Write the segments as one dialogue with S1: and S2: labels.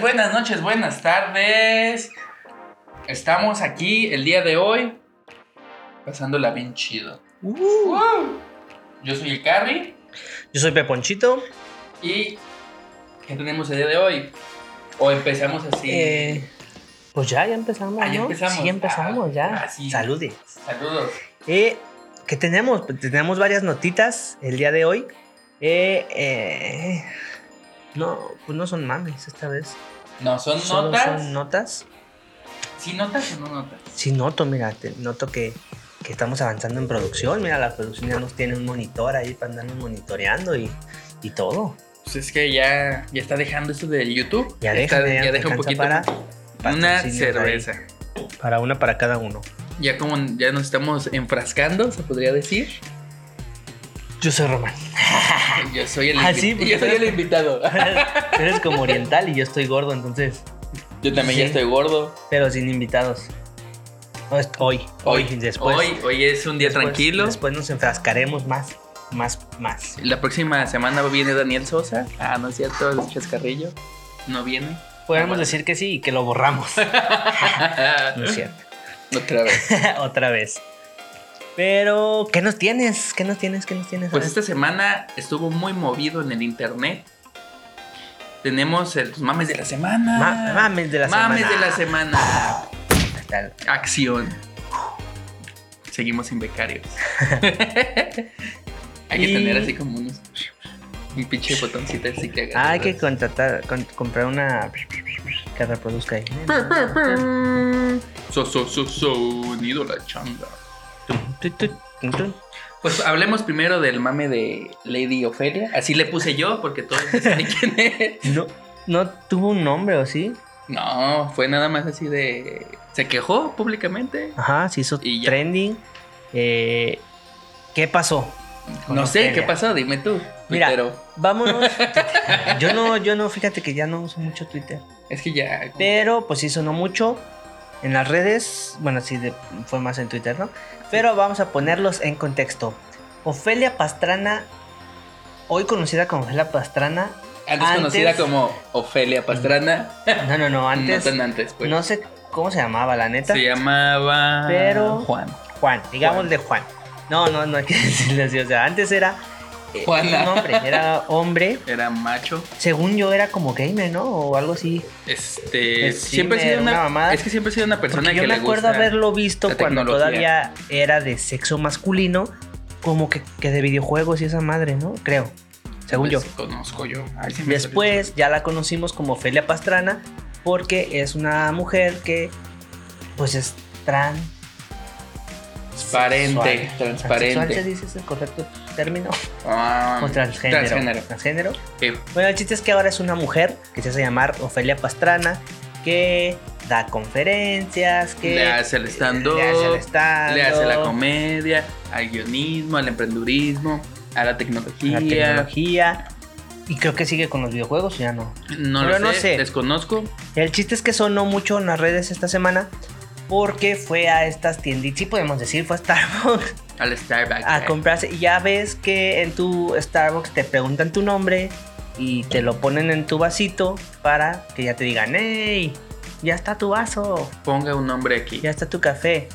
S1: buenas noches, buenas tardes. Estamos aquí el día de hoy pasándola bien chido. Uh. Yo soy el Carry
S2: Yo soy Peponchito.
S1: y ¿qué tenemos el día de hoy? O empezamos así.
S2: Eh, pues ya, ya empezamos,
S1: Ah, ya
S2: ¿no?
S1: empezamos.
S2: Sí, empezamos,
S1: Ah,
S2: ya.
S1: ah, sí.
S2: Salude.
S1: Saludos.
S2: Eh, ¿Qué tenemos? Pues tenemos varias notitas el día de hoy. Eh, eh, no, pues no son mames esta vez.
S1: No, son
S2: Solo
S1: notas.
S2: son notas.
S1: ¿Sí notas o no notas?
S2: Sí, noto, mira, te- noto que, que estamos avanzando en producción. Mira, la producción ya nos tiene un monitor ahí para andarnos monitoreando y, y todo.
S1: Pues es que ya, ya está dejando esto del YouTube.
S2: Ya deja,
S1: está-
S2: ya
S1: ya
S2: nos
S1: deja un
S2: alcanza
S1: poquito.
S2: para
S1: una
S2: patrocinios
S1: cerveza.
S2: ahí, para una para cada uno.
S1: Ya como ya nos estamos enfrascando, se podría decir.
S2: Yo soy Román.
S1: Yo soy el,
S2: Ah,
S1: invi-
S2: sí, porque
S1: yo soy el
S2: tú-
S1: invitado.
S2: Tú eres como oriental y yo estoy gordo, entonces.
S1: Yo también ya
S2: Sí.
S1: estoy gordo.
S2: Pero sin invitados. No, es- Hoy, hoy, después.
S1: Hoy, hoy es un día
S2: después-
S1: tranquilo.
S2: Después nos enfrascaremos más, más, más.
S1: La próxima semana viene Daniel Sosa. Ah, no es cierto, es Chascarrillo. No viene.
S2: Podemos
S1: Ah, bueno.
S2: decir que sí y que lo borramos. no es cierto.
S1: Otra vez.
S2: Otra vez. Pero, ¿qué nos tienes? ¿Qué nos tienes? ¿Qué nos tienes?
S1: Pues esta semana estuvo muy movido en el internet. Tenemos el- los mames de la semana.
S2: Ma- mames de la
S1: mames
S2: semana.
S1: de la semana.
S2: Tal.
S1: Acción. Seguimos sin becarios. Hay que
S2: Y-
S1: tener así como unos. Un pinche botoncito así que haga.
S2: Ah, hay que contratar, con- comprar una que reproduzca ahí.
S1: So, so, so, sonido la changa. Pues hablemos primero del mame de Lady Ofelia. Así le puse yo porque todo no sé ni quién es.
S2: No, no tuvo un nombre, ¿o sí?
S1: No, fue nada más así de. Se quejó públicamente.
S2: Ajá, se hizo
S1: Y ya.
S2: trending. Eh, ¿Qué pasó? Con
S1: No sé
S2: Ofelia.
S1: qué pasó, dime tú.
S2: Mira.
S1: Pero
S2: Vámonos. yo no, yo no, fíjate que ya no uso mucho Twitter.
S1: es que ya.
S2: Pero pues sí sonó mucho en las redes. Bueno, sí de- fue más en Twitter, ¿no? Pero vamos a ponerlos en contexto. Ofelia Pastrana, hoy conocida como Ofelia Pastrana.
S1: Antes, conocida
S2: antes-
S1: como Ofelia Pastrana.
S2: No, no, no, antes.
S1: No tan antes, pues.
S2: No sé cómo se llamaba, la neta.
S1: Se llamaba
S2: Pero-
S1: Juan.
S2: Juan, digamos de Juan. No, no, no hay que decirle así. O sea, antes era. eh,
S1: Juana.
S2: un hombre, era hombre.
S1: Era macho.
S2: Según yo era como gamer, ¿no? O algo así.
S1: Este.
S2: Es
S1: siempre ha sido
S2: gamer,
S1: una.
S2: una mamada.
S1: es que siempre ha sido una persona
S2: Porque yo
S1: que
S2: me
S1: le
S2: acuerdo
S1: gusta.
S2: haberlo visto
S1: la
S2: cuando
S1: tecnología.
S2: todavía era de sexo masculino, como que, que de videojuegos y esa madre, ¿no? Creo, según yo.
S1: Pues, Conozco yo. Ay, sí me
S2: Después ya la conocimos como Felia Pastrana, porque es una mujer que, pues es trans.
S1: Transparente,
S2: sexual.
S1: transparente.
S2: Transexual se dice, es el correcto término.
S1: salió. Ah,
S2: O transgénero.
S1: Transgénero.
S2: Transgénero.
S1: Sí.
S2: Bueno, el chiste es que ahora es una mujer que se hace llamar Ofelia Pastrana, que da conferencias, que eh,
S1: Le hace el stand-up,
S2: le hace el stand-up,
S1: Le hace la comedia, al guionismo, al emprendurismo, a la tecnología.
S2: la tecnología. Y creo que sigue con los videojuegos, ya no.
S1: No
S2: Pero
S1: lo
S2: no
S1: sé,
S2: sé.
S1: Desconozco.
S2: El chiste es que sonó mucho en las redes esta semana porque fue a estas tienditas, sí podemos decir, fue a Starbucks
S1: Al Starbucks.
S2: a
S1: eh.
S2: comprarse. Y ya ves que en tu Starbucks te preguntan tu nombre y te lo ponen en tu vasito para que ya te digan, ¡Ey! Ya está tu vaso.
S1: Ponga un nombre aquí.
S2: ya está tu café.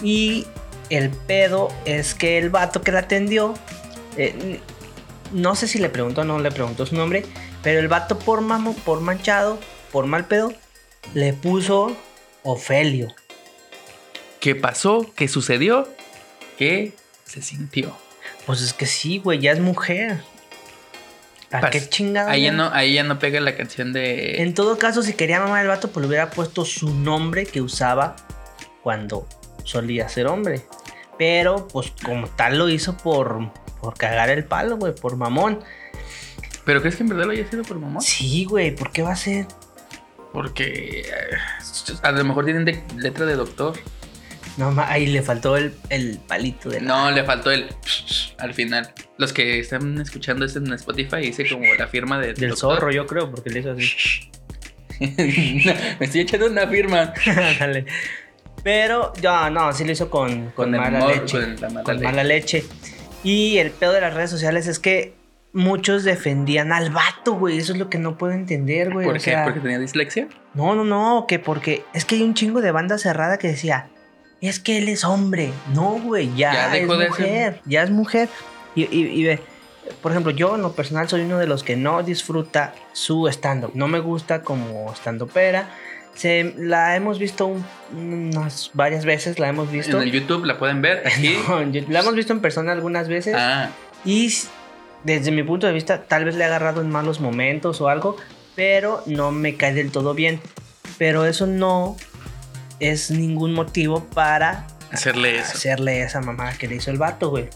S2: Y el pedo es que el vato que la atendió, eh, n- no sé si le preguntó o no le preguntó su nombre, pero el vato por mamo, por manchado, por mal pedo, le puso Ofelio.
S1: ¿Qué pasó? ¿Qué sucedió? ¿Qué se sintió?
S2: Pues es que sí, güey, ya es mujer. ¿Para
S1: Pas-
S2: qué chingada?
S1: Ahí ya no, ahí ya no pega la canción de.
S2: En todo caso, si quería mamar el vato, pues le hubiera puesto su nombre que usaba cuando solía ser hombre. Pero, pues, como tal, lo hizo por, por cagar el palo, güey, por mamón.
S1: ¿Pero crees que en verdad lo haya sido por mamón?
S2: Sí, güey, ¿por qué va a ser?
S1: Porque eh, a lo mejor tienen de- letra de doctor.
S2: No, ma- ahí le faltó el, el palito de la...
S1: No, le faltó el al final. Los que están escuchando esto en Spotify dice como la firma de
S2: del
S1: doctor.
S2: zorro, yo creo, porque le hizo así.
S1: Me estoy echando una firma.
S2: Ándale. Pero, no, no, sí lo hizo con, con,
S1: el
S2: mala
S1: mor-
S2: leche.
S1: Con la mala
S2: con
S1: leche.
S2: mala leche. Y el pedo de las redes sociales es que muchos defendían al vato, güey. Eso es lo que no puedo entender, güey.
S1: ¿Por
S2: o
S1: qué?
S2: sea,
S1: ¿Porque tenía dislexia?
S2: No, no, no, que porque es que hay un chingo de banda cerrada que decía, es que él es hombre. No, güey, ya,
S1: Ya
S2: es
S1: dejó de ser.
S2: mujer, ya es mujer. Y, y- y ve, por ejemplo, yo en lo personal soy uno de los que no disfruta su stand-up. No me gusta como stand-upera. Se, la hemos visto un- unas varias veces, la hemos visto.
S1: En el YouTube la pueden ver aquí.
S2: No, yo- la hemos visto en persona algunas veces.
S1: Ah,
S2: Y s- desde mi punto de vista, tal vez le he agarrado en malos momentos o algo, pero no me cae del todo bien. Pero eso no es ningún motivo para
S1: hacerle
S2: Ah,
S1: eso.
S2: hacerle esa mamada que le hizo el vato, güey.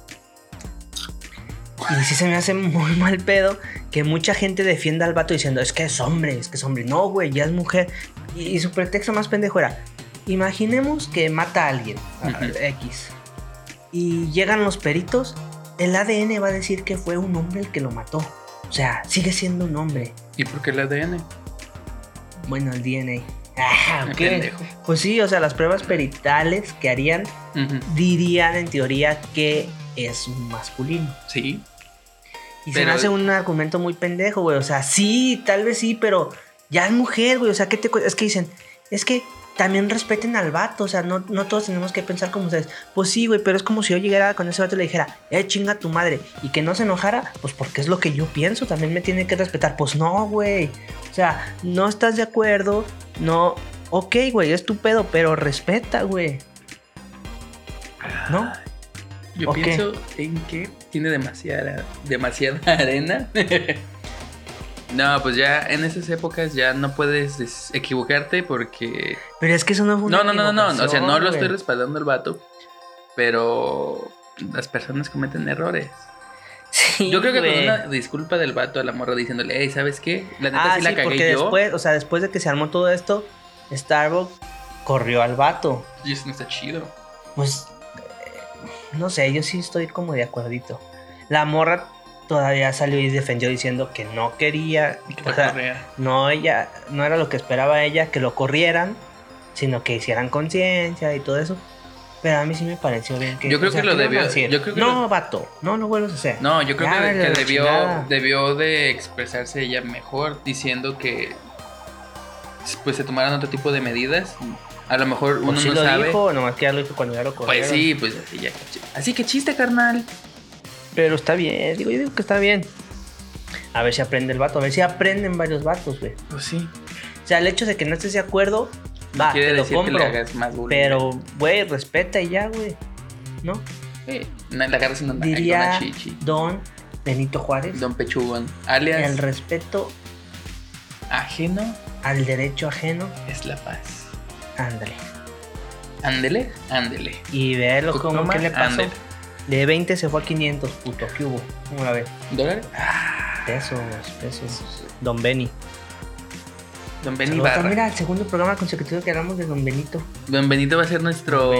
S2: Y sí se me hace muy mal pedo que mucha gente defienda al vato diciendo, es que es hombre, es que es hombre. No, güey, ya es mujer. Y, y su pretexto más pendejo era, imaginemos que mata a alguien, a-
S1: Ujú.
S2: X. Y llegan los peritos, el ADN va a decir que fue un hombre el que lo mató. O sea, sigue siendo un hombre.
S1: ¿Y por qué el ADN?
S2: Bueno, el DNA. Ah,
S1: Me
S2: ok.
S1: pendejo.
S2: Pues sí, o sea, las pruebas peritales que harían
S1: Ujú.
S2: dirían en teoría que es un masculino.
S1: Sí.
S2: Y se
S1: Pero-
S2: me hace un argumento muy pendejo, güey. O sea, sí, tal vez sí, pero ya es mujer, güey. O sea, ¿qué te cu- Es que dicen, es que también respeten al vato. O sea, no, no todos tenemos que pensar como ustedes. Pues sí, güey, pero es como si yo llegara con ese vato y le dijera, eh, chinga tu madre. Y que no se enojara, pues porque es lo que yo pienso. También me tiene que respetar. Pues no, güey. O sea, no estás de acuerdo, no. Ok, güey, es tu pedo, pero respeta, güey. ¿No?
S1: Yo
S2: ¿O qué?
S1: pienso en que tiene demasiada, demasiada arena. no, pues ya en esas épocas ya no puedes des- equivocarte porque...
S2: Pero es que eso no fue una
S1: No, no, no, no, no. O sea,
S2: equivocación,
S1: no lo
S2: güey.
S1: estoy respaldando el vato, pero las personas cometen errores.
S2: Sí,
S1: Yo creo que con
S2: güey.
S1: una disculpa del vato a la morra diciéndole, hey, ¿sabes qué? La neta
S2: Ah,
S1: sí
S2: sí,
S1: la cagué
S2: porque
S1: yo.
S2: después, o sea, después de que se armó todo esto, Starbucks corrió al vato.
S1: Y eso no está chido.
S2: Pues, eh, no sé, yo sí estoy como de acuerdito. La morra todavía salió y defendió diciendo que no quería,
S1: Y que
S2: o
S1: la
S2: sea,
S1: correa.
S2: no ella, no era lo que esperaba ella que lo corrieran, sino que hicieran conciencia y todo eso. Pero a mí sí me pareció bien que
S1: Yo creo que lo
S2: ¿qué le van a
S1: debió-
S2: decir?
S1: yo creo que
S2: no,
S1: lo-
S2: vato, no lo vuelvas a hacer.
S1: No, yo creo
S2: Ya,
S1: que,
S2: vale
S1: que
S2: la
S1: debió,
S2: chingada.
S1: debió de expresarse ella mejor, diciendo que pues se tomaran otro tipo de medidas. A lo mejor
S2: Pues
S1: uno
S2: sí
S1: no
S2: lo
S1: sabe.
S2: dijo, nomás que ya lo dijo cuando ya lo corrieron.
S1: pues sí, pues así ya. Así que chiste, carnal.
S2: Pero está bien, digo, yo digo que está bien. A ver si aprende el vato, a ver si aprenden varios vatos, güey.
S1: Pues sí.
S2: O sea, el hecho de que no estés de acuerdo,
S1: No
S2: va,
S1: quiere
S2: te lo
S1: decir que
S2: compro.
S1: le hagas más bullying.
S2: pero, güey, respeta y ya, güey. ¿No?
S1: Eh, le agarras una,
S2: Diría
S1: una chichi.
S2: Don Benito Juárez,
S1: Don Pechugón.
S2: el
S1: Alias
S2: respeto
S1: ajeno
S2: al derecho ajeno,
S1: es la paz.
S2: ándale.
S1: Ándele, ándele.
S2: Y véalo
S1: Cucuma,
S2: cómo, ¿qué le pasó?
S1: ándele.
S2: De 20 se fue a 500, puto, ¿qué hubo? ¿Cómo la ves?
S1: ¿Dólar?
S2: Ah, Pesos, pesos. Don Benny.
S1: Don Benny
S2: Saludos.
S1: Barra.
S2: Mira, el segundo programa consecutivo que hablamos de Don Benito.
S1: Don Benito va a ser nuestro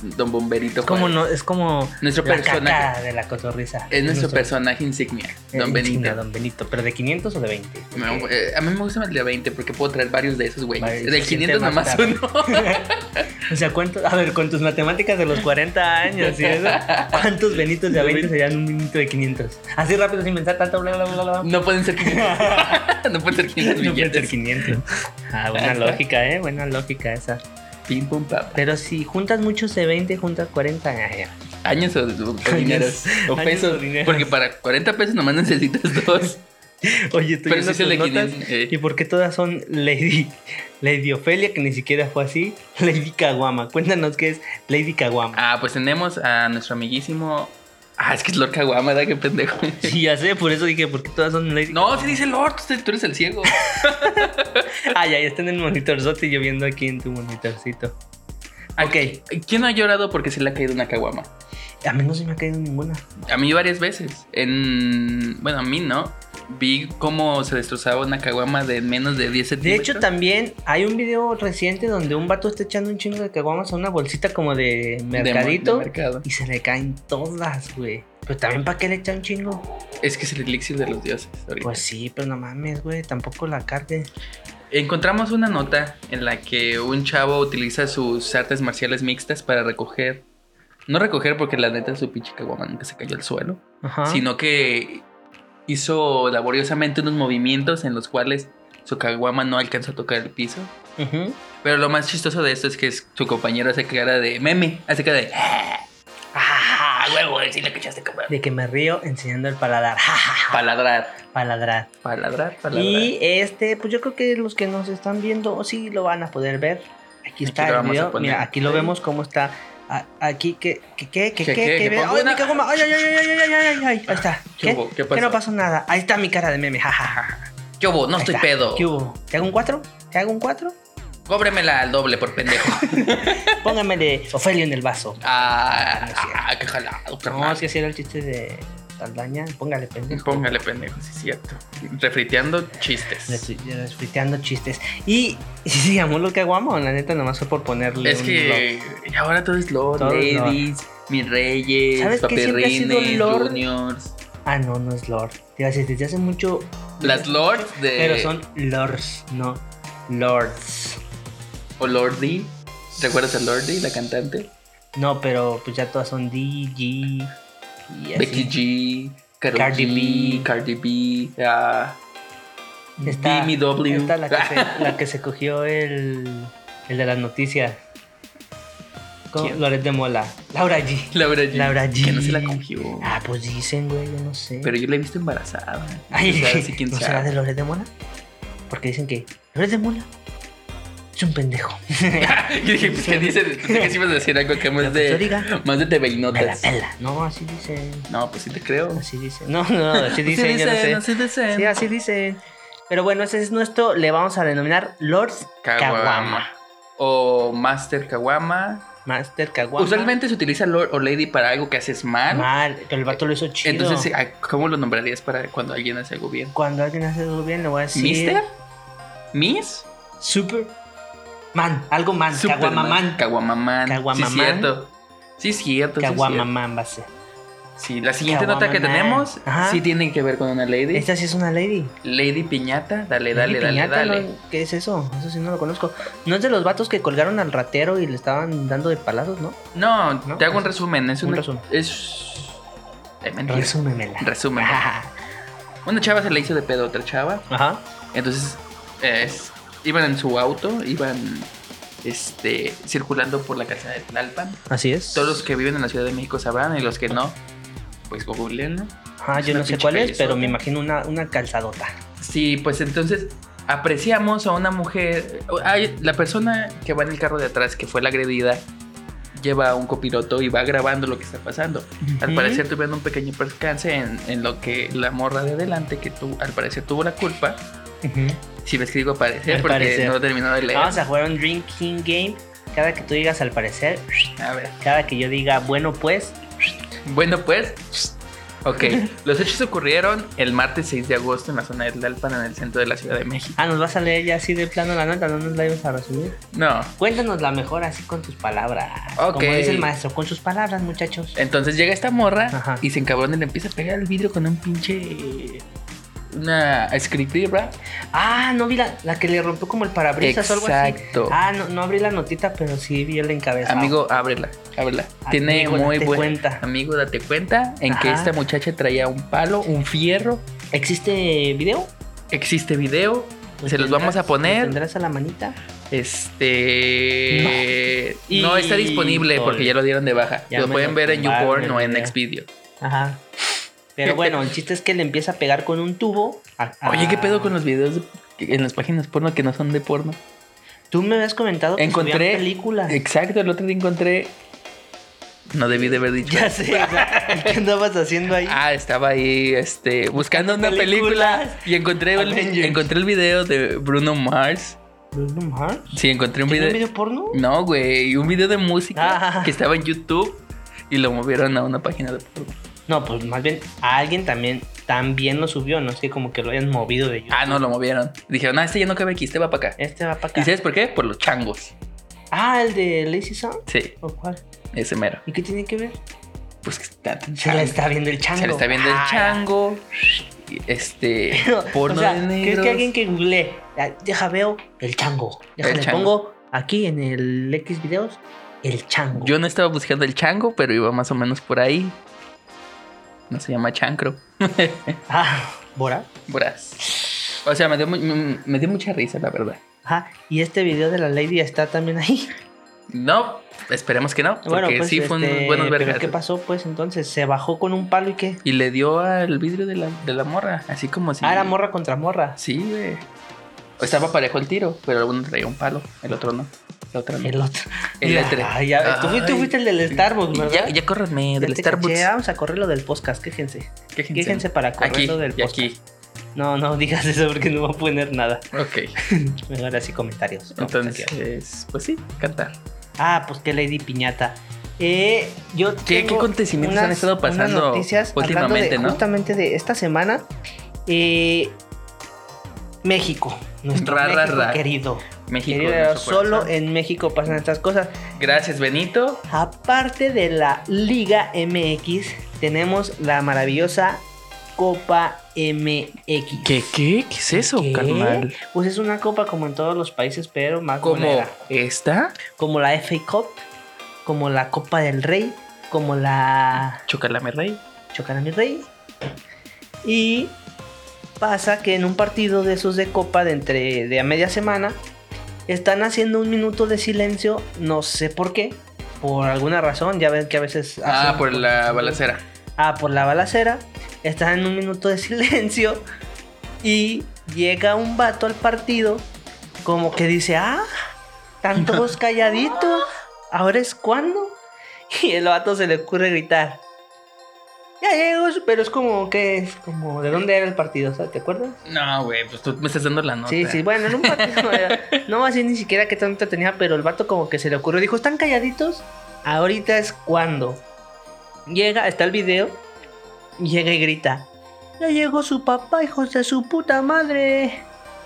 S2: Don
S1: Don Bomberito.
S2: Es como,
S1: Juárez.
S2: no, es como
S1: Nuestro
S2: la
S1: personaje.
S2: caca de la cotorriza.
S1: Es nuestro personaje insignia, Don
S2: eh, sí,
S1: Benito.
S2: no, Don Benito, pero de 500 o de 20.
S1: No, eh, a mí me gusta más el de 20 porque puedo traer varios de esos güeyes.
S2: Varios,
S1: Del
S2: se
S1: 500
S2: siente
S1: nomás
S2: más
S1: uno.
S2: O sea, ¿cuántos? A ver, con tus matemáticas de los 40 años y eso, ¿cuántos Benitos de a 20 serían un Benito de 500? Así rápido, sin pensar tanto, bla, bla, bla, bla.
S1: No pueden ser 500. no pueden ser 500
S2: No puede ser
S1: billetes.
S2: 500. Ah, buena lógica, ¿eh? Buena lógica esa.
S1: Pim, pum, pam.
S2: Pero si juntas muchos de 20, juntas 40. ay, ay.
S1: Años o, o- o dineros. O
S2: Años o
S1: pesos.
S2: dineros.
S1: Porque para 40 pesos nomás necesitas dos.
S2: Oye, tú
S1: Pero si
S2: viendo
S1: es el
S2: tus
S1: de
S2: notas,
S1: 500. eh,
S2: ¿Y por qué todas son Lady, Lady Ofelia, que ni siquiera fue así? Lady Caguama. Cuéntanos qué es Lady Caguama.
S1: Ah, pues tenemos a nuestro amiguísimo. Ah, es que es Lord Caguama, ¿verdad? Qué pendejo.
S2: Sí, ya sé, por eso dije, ¿por qué todas son Lady
S1: No, sí dice Lord, tú tú eres el ciego.
S2: Ah, ya, ya está en el monitorzote y yo viendo aquí en tu monitorcito. Ok.
S1: ¿Quién no ha llorado porque se le ha caído una caguama?
S2: A mí no se me ha caído ninguna.
S1: A mí varias veces. En. Bueno, a mí no. Vi cómo se destrozaba una caguama de menos de 10
S2: De
S1: centímetros.
S2: hecho, también hay un video reciente donde un vato está echando un chingo de caguamas a una bolsita como de
S1: De mo- de
S2: mercadito
S1: mercado.
S2: y se le caen todas, güey. Pero también, ¿para qué le echa un chingo?
S1: Es que es el elixir de los dioses. ahorita.
S2: Pues sí, pero no mames, güey, tampoco la cargue.
S1: Encontramos una nota en la que un chavo utiliza sus artes marciales mixtas para recoger.
S2: Ah.
S1: No recoger porque la neta su pinche caguama nunca se cayó al suelo.
S2: Ajá.
S1: Sino que hizo laboriosamente unos movimientos en los cuales su caguama no alcanzó a tocar el piso.
S2: Ujú.
S1: Pero lo más chistoso de esto es que es- su compañero hace cara de meme, hace cara de. ¡Ah, huevo! Sí lo escuchaste como.
S2: De que me río enseñando el paladar.
S1: Paladrar.
S2: paladar.
S1: Paladrar, paladrar.
S2: Y este, pues yo creo que los que nos están viendo sí lo van a poder ver. Aquí
S1: lo
S2: está el
S1: vamos a
S2: video.
S1: poner.
S2: Mira, aquí lo vemos cómo está. A- Aquí, que, que, que,
S1: Que-
S2: que, que,
S1: que-
S2: que,
S1: que
S2: ve-
S1: pongo
S2: Ay,
S1: una-
S2: mi cagoma. Ay, ay, ay, ay, ay, ay, ay, ay, ay. Ahí está.
S1: ¿Qué hubo? ¿Qué
S2: Que
S1: pasó?
S2: no pasó nada. Ahí está mi cara de meme. jajaja.
S1: ¿Qué hubo? No
S2: Ahí
S1: estoy
S2: está.
S1: pedo.
S2: ¿Qué hubo? ¿Te hago un 4? ¿Te hago un 4?
S1: Cóbremela al doble por pendejo.
S2: Póngamele Ofelio en el vaso.
S1: ah, ah, qué jalado,
S2: No,
S1: carnal.
S2: es que si era el chiste de Saldaña. Póngale pendejo.
S1: Póngale pendejo, sí es cierto. Refriteando chistes.
S2: Retu- Retuiteando chistes. Y y si se llamó lo que aguamo, la neta, nomás fue por ponerle.
S1: Es
S2: un
S1: que y ahora todo es Lord,
S2: Todo es lord.
S1: Ladies, mis reyes,
S2: ¿Sabes qué siempre ha sido
S1: paperrines,
S2: lord?
S1: juniors.
S2: Ah, no, no es Lord. Te iba a decir, desde hace mucho.
S1: Las Lords de.
S2: Pero son Lords, no Lords.
S1: O Lordi. ¿Te acuerdas a Lordi, la cantante?
S2: No, pero pues ya todas son DG. Y así.
S1: Becky G, Karol
S2: Cardi
S1: G,
S2: B.
S1: Cardi B, ah,
S2: Está-
S1: Demi W.
S2: Esta la que, se, la que se cogió el, el de las noticias. Con
S1: ¿Quién?
S2: Loret de Mola. Laura G.
S1: Laura G.
S2: Laura G.
S1: Que no se la cogió.
S2: Ah, pues dicen, güey, yo no sé.
S1: Pero yo la he visto embarazada.
S2: Ay,
S1: O sea, sí, quién
S2: ¿No será
S1: sabe.
S2: de Loret de Mola? Porque dicen que Loret de Mola es un pendejo.
S1: Yo dije, pues, ¿qué dice? Pensé que sí ibas a decir algo que más
S2: pues,
S1: de.
S2: Yo diga,
S1: Más de TV
S2: me la
S1: Notas.
S2: pela. No, así dicen.
S1: No, pues sí te creo.
S2: Así dicen. No, no, así dicen, yo no sé.
S1: así dicen.
S2: Sí, así dicen. Pero bueno, ese es nuestro, le vamos a denominar Lord Kawama.
S1: Kawama. O Master Kawama.
S2: Master Kawama.
S1: Usualmente se utiliza Lord o Lady para algo que haces mal.
S2: Mal, pero el vato lo hizo chido.
S1: Entonces, ¿a- ¿cómo lo nombrarías para cuando alguien hace algo bien?
S2: cuando alguien hace algo bien, le voy a decir.
S1: ¿Mister? ¿Miss?
S2: Super. Man, algo man. Kawamaman.
S1: Superman. Caguamamán.
S2: Caguamamán.
S1: Sí, cierto. Sí, cierto. sí, cierto.
S2: Kawamaman va a ser.
S1: Sí, la siguiente nota que
S2: Caguamamán.
S1: tenemos
S2: Ajá.
S1: sí tiene que ver con una lady.
S2: Esta sí es una lady.
S1: Lady Piñata. Dale, dale,
S2: Lady
S1: dale,
S2: Piñata,
S1: dale.
S2: ¿no? ¿Qué es eso? Eso sí no lo conozco. No es de los vatos que colgaron al ratero y le estaban dando de palazos, ¿no?
S1: No,
S2: ¿No?
S1: te hago un resumen. Es
S2: Un
S1: una-
S2: resumen.
S1: Es. Ay, mentira.
S2: Resúmemela.
S1: Resumen.
S2: Ajá.
S1: Una chava se le hizo de pedo a otra chava.
S2: Ajá.
S1: Entonces, es- iban en su auto, iban este, circulando por la calzada de Tlalpan.
S2: Así es.
S1: Todos los que viven en la Ciudad de México sabrán y los que no, pues googleenlo.
S2: Ajá,
S1: Es
S2: Ah, yo
S1: una
S2: no sé
S1: pinche
S2: cuál es,
S1: callezota.
S2: pero me imagino una, una calzadota.
S1: Sí, pues entonces apreciamos a una mujer. Hay, la persona que va en el carro de atrás, que fue la agredida, lleva un copiloto y va grabando lo que está pasando. Al
S2: Ujú.
S1: parecer tuvieron un pequeño percance en, en lo que la morra de adelante, que tu- al parecer tuvo la culpa. Si ves que digo parecer,
S2: Al
S1: porque
S2: parecer. Ah,
S1: no he terminado de leer.
S2: Vamos a jugar un drinking game. Cada que tú digas al parecer,
S1: A ver.
S2: cada que yo diga bueno pues,
S1: Bueno, pues. Ok, los hechos ocurrieron el martes 6 de agosto en la zona de Tlalpan, en el centro de la Ciudad de México.
S2: ah, nos vas a leer ya así de plano la nota, no nos la ibas a resumir.
S1: No,
S2: Cuéntanosla mejor así con tus palabras.
S1: Ok.
S2: Como dice el maestro, con sus palabras, muchachos.
S1: entonces llega esta morra
S2: Ajá.
S1: y se encabrona y le empieza a pegar el vidrio con un
S2: Eh,
S1: pinche. Una escritura.
S2: Ah, no vi la, la que le rompió como el parabrisas o algo así.
S1: Exacto.
S2: Ah, no, no abrí la notita, pero sí vi el encabezado.
S1: Amigo, ábrela, ábrela. Tiene
S2: Amigo,
S1: muy
S2: date
S1: buen.
S2: cuenta.
S1: Amigo, date cuenta en que
S2: Ajá.
S1: esta muchacha traía un palo, un fierro.
S2: ¿Existe video?
S1: Existe video.
S2: ¿Lo
S1: Se los vamos a
S2: tendrás-
S1: poner.
S2: lo ¿Tendrás a la manita?
S1: Este.
S2: No.
S1: No, está disponible
S2: Híjole.
S1: porque ya lo dieron de baja.
S2: Ya
S1: lo
S2: me
S1: pueden
S2: lo
S1: ver en
S2: tumbaron
S1: YouPorn
S2: el
S1: o en
S2: video.
S1: Xvideo.
S2: Ajá. Pero bueno, el chiste es que le empieza a pegar con un tubo. a- a-
S1: Oye, ¿qué pedo con los videos de- en las páginas porno que no son de porno?
S2: Tú me habías comentado que
S1: Encontré-
S2: subían películas.
S1: Exacto, el otro día encontré. No debí de haber dicho.
S2: Ya sé, o sea, ¿qué andabas haciendo ahí?
S1: Ah, estaba ahí este, buscando una película
S2: Películas.
S1: y encontré el,
S2: Avengers.
S1: encontré el video de Bruno Mars.
S2: ¿Bruno Mars?
S1: Sí, encontré un
S2: ¿Tenía
S1: video.
S2: un video porno?
S1: No, güey, un video de música
S2: Ah.
S1: que estaba en YouTube y lo movieron a una página de porno.
S2: No, pues más bien alguien también, también lo subió, no es que como que lo hayan movido de YouTube.
S1: Ah, no, lo movieron. Dijeron, ah, este ya no cabe aquí, este va para acá.
S2: Este va para acá.
S1: ¿Y sabes por qué? Por los changos.
S2: Ah, el de Lazy Song.
S1: Sí,
S2: ¿O cuál?
S1: ese mero.
S2: ¿Y qué tiene que ver?
S1: Pues que está tan
S2: Se la
S1: chango.
S2: está viendo el chango.
S1: Se le está viendo el
S2: Ah,
S1: chango. y Este.
S2: Pero,
S1: Porno
S2: o sea,
S1: de
S2: ¿crees
S1: negros.
S2: que alguien que googlee, ah, deja veo el chango? Deja
S1: El
S2: le
S1: chango.
S2: pongo aquí en el X videos el chango.
S1: Yo no estaba buscando el chango, pero iba más o menos por ahí. No se llama chancro.
S2: Ah, Bora.
S1: Bras. O sea, me dio, mu- me- me dio mucha risa, la verdad.
S2: Ajá. Y este video de la Lady está también ahí.
S1: No, esperemos que no. Porque
S2: Bueno, pues,
S1: sí fue
S2: este,
S1: un buenos
S2: pero
S1: vergas.
S2: ¿Qué pasó pues entonces? ¿Se bajó con un palo y qué?
S1: Y le dio al vidrio de la, de la morra, así como si.
S2: Ah, era morra contra morra.
S1: Sí, güey. Estaba parejo el tiro, pero uno traía un palo, el otro no. La otra no.
S2: El otro.
S1: El
S2: Mira,
S1: E3.
S2: ay, ya- tú, fuiste- tú
S1: Ay.
S2: fuiste el del Starbucks, ¿verdad?
S1: Ya, ya córranme
S2: Ya
S1: del
S2: te
S1: Starbucks.
S2: caché. Este, ah, vamos a correr lo del podcast, quéjense.
S1: Quéjense.
S2: Quéjense para correr
S1: Aquí,
S2: lo del
S1: y
S2: podcast.
S1: aquí.
S2: No, no digas eso porque no va a poner nada.
S1: Ok.
S2: Mejor así comentarios. No, pues, aquí.
S1: Entonces, pues sí, cantar.
S2: Ah, pues qué Lady Piñata. Eh, yo
S1: ¿Qué,
S2: tengo
S1: qué acontecimientos han
S2: unas-
S1: estado
S2: unas
S1: pasando
S2: noticias hablando
S1: últimamente,
S2: de-
S1: no?
S2: Justamente de esta semana. eh, México, nuestro
S1: Ra, ra,
S2: México
S1: ra.
S2: querido.
S1: México.
S2: Querido,
S1: nuestro
S2: solo
S1: corazón.
S2: en México pasan estas cosas.
S1: Gracias, Benito.
S2: Aparte de la Liga MX, tenemos la maravillosa Copa MX.
S1: ¿Qué, qué? ¿Qué es eso,
S2: ¿Qué?
S1: carnal?
S2: Pues es una copa como en todos los países, pero más
S1: ¿Cómo
S2: golera.
S1: esta?
S2: Como la FA Cup, como la Copa del Rey, como la
S1: Chocalame Rey.
S2: Chocan a mi Rey. Y pasa que en un partido de esos de copa de entre de a media semana están haciendo un minuto de silencio, no sé por qué, por alguna razón, ya ven que a veces
S1: Ah,
S2: hacen-
S1: por la balacera.
S2: Ah, por la balacera. Están en un minuto de silencio. Y llega un vato al partido. Como que dice, ah, están todos calladitos. ¿Ahora es cuándo? Y el vato se le ocurre gritar. Ya llegó, pero es como que es como de dónde era el partido, o sea, ¿te acuerdas?
S1: No, güey, pues tú me estás dando la nota.
S2: sí, sí, bueno, en un partido era- no así ni siquiera qué tanto tenía, pero el vato como que se le ocurrió, dijo, "Están calladitos, ahorita es cuando." Llega, está el video, llega y grita, "Ya llegó su papá, hijos de su puta madre."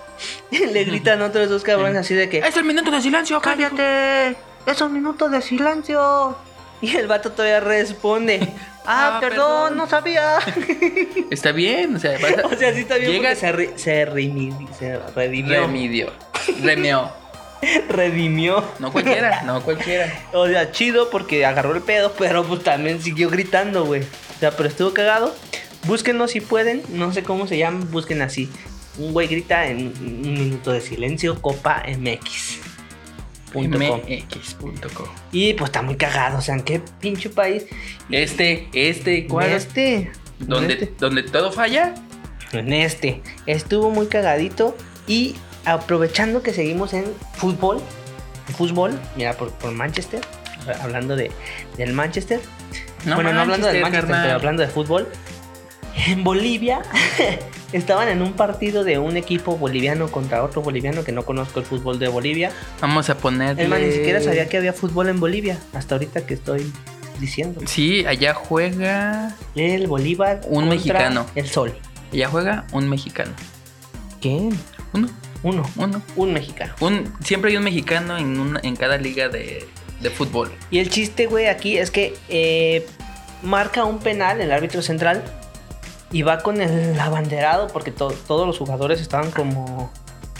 S2: le gritan otros dos cabrones así de que,
S1: Es el minuto de silencio, cállate.
S2: "Cállate, es un minuto de silencio." Y el vato todavía responde, "Ah,
S1: Ah,
S2: perdón,
S1: perdón.
S2: no sabía."
S1: Está bien, o sea, vas
S2: o sea, sí está bien
S1: Llega-
S2: porque se, re- se remidi- se redimió,
S1: Remidio. Remeo.
S2: redimió.
S1: No cualquiera, no cualquiera.
S2: O sea, chido porque agarró el pedo, pero pues también siguió gritando, güey. O sea, pero estuvo cagado. Búsquenlo si pueden, no sé cómo se llaman, busquen así. Un güey grita en un minuto de silencio, Copa MX. Punto com.
S1: E MX.com.
S2: Y pues está muy cagado, o sea, en qué pinche país.
S1: Este, este,
S2: En
S1: ¿cuál?
S2: este.
S1: donde,
S2: En este.
S1: donde todo falla.
S2: En este. Estuvo muy cagadito. Y aprovechando que seguimos en fútbol. Fútbol, mira, por, por Manchester. Hablando de, del Manchester. bueno, no hablando del Manchester, pero hablando de fútbol. En Bolivia estaban en un partido de un equipo boliviano contra otro boliviano que no conozco el fútbol de Bolivia.
S1: Vamos a poner.
S2: Es más, ni siquiera sabía que había fútbol en Bolivia, hasta ahorita que estoy diciendo.
S1: Sí, allá juega.
S2: El Bolívar.
S1: Un
S2: contra
S1: mexicano.
S2: El Sol.
S1: Allá juega un mexicano.
S2: ¿Quién?
S1: Uno,
S2: Uno.
S1: uno.
S2: Un mexicano.
S1: Un, siempre hay un mexicano en, un- en cada liga de, de fútbol.
S2: Y el chiste, güey, aquí es que eh, marca un penal el árbitro central y va con el abanderado porque to- todos los jugadores estaban como...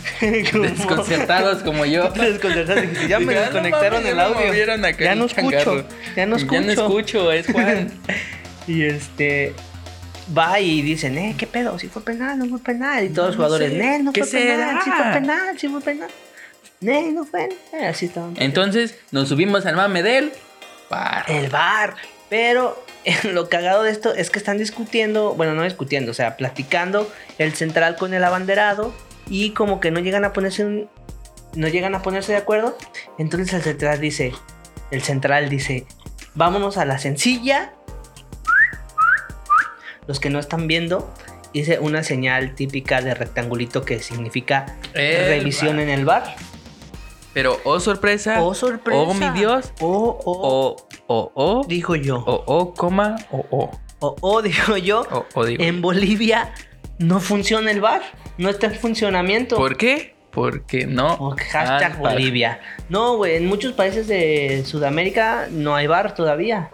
S2: como-
S1: Desconcertados como yo.
S2: Desconcertado, dije, Ya me
S1: Ya no
S2: desconectaron
S1: mames,
S2: el
S1: ya me
S2: audio.
S1: movieron acá
S2: Ya
S1: el
S2: no escucho.
S1: changarro.
S2: Ya no
S1: Ya
S2: escucho.
S1: no escucho, es Juan.
S2: Y este. Va y dicen, eh, ¿qué pedo? Si fue penal, no fue penal. Y todos los
S1: No
S2: jugadores,
S1: sé,
S2: eh, no
S1: ¿qué
S2: fue penal,
S1: será?
S2: si fue penal, si fue penal. Eh, no fue. eh, así estaban.
S1: Entonces nos subimos al mame de él.
S2: El bar. Pero eh, lo cagado de esto es que están discutiendo, bueno, no discutiendo, o sea, platicando el central con el abanderado y como que no llegan a ponerse un- no llegan a ponerse de acuerdo. Entonces el central dice, el central dice, vámonos a la sencilla. Los que no están viendo, dice una señal típica de rectangulito que significa
S1: El
S2: revisión
S1: bar.
S2: en el bar.
S1: Pero oh sorpresa.
S2: Oh, sorpresa.
S1: Oh, mi Dios. Oh.
S2: Oh, oh,
S1: O, o, o.
S2: dijo yo.
S1: O, o, coma, o, o.
S2: Oh, oh, dijo yo.
S1: O, o digo.
S2: En Bolivia no funciona el bar, no está en funcionamiento.
S1: ¿Por qué? Porque no. pues.
S2: O Oh, hashtag
S1: han par-
S2: Bolivia. No, güey, en muchos países de Sudamérica no hay bar todavía.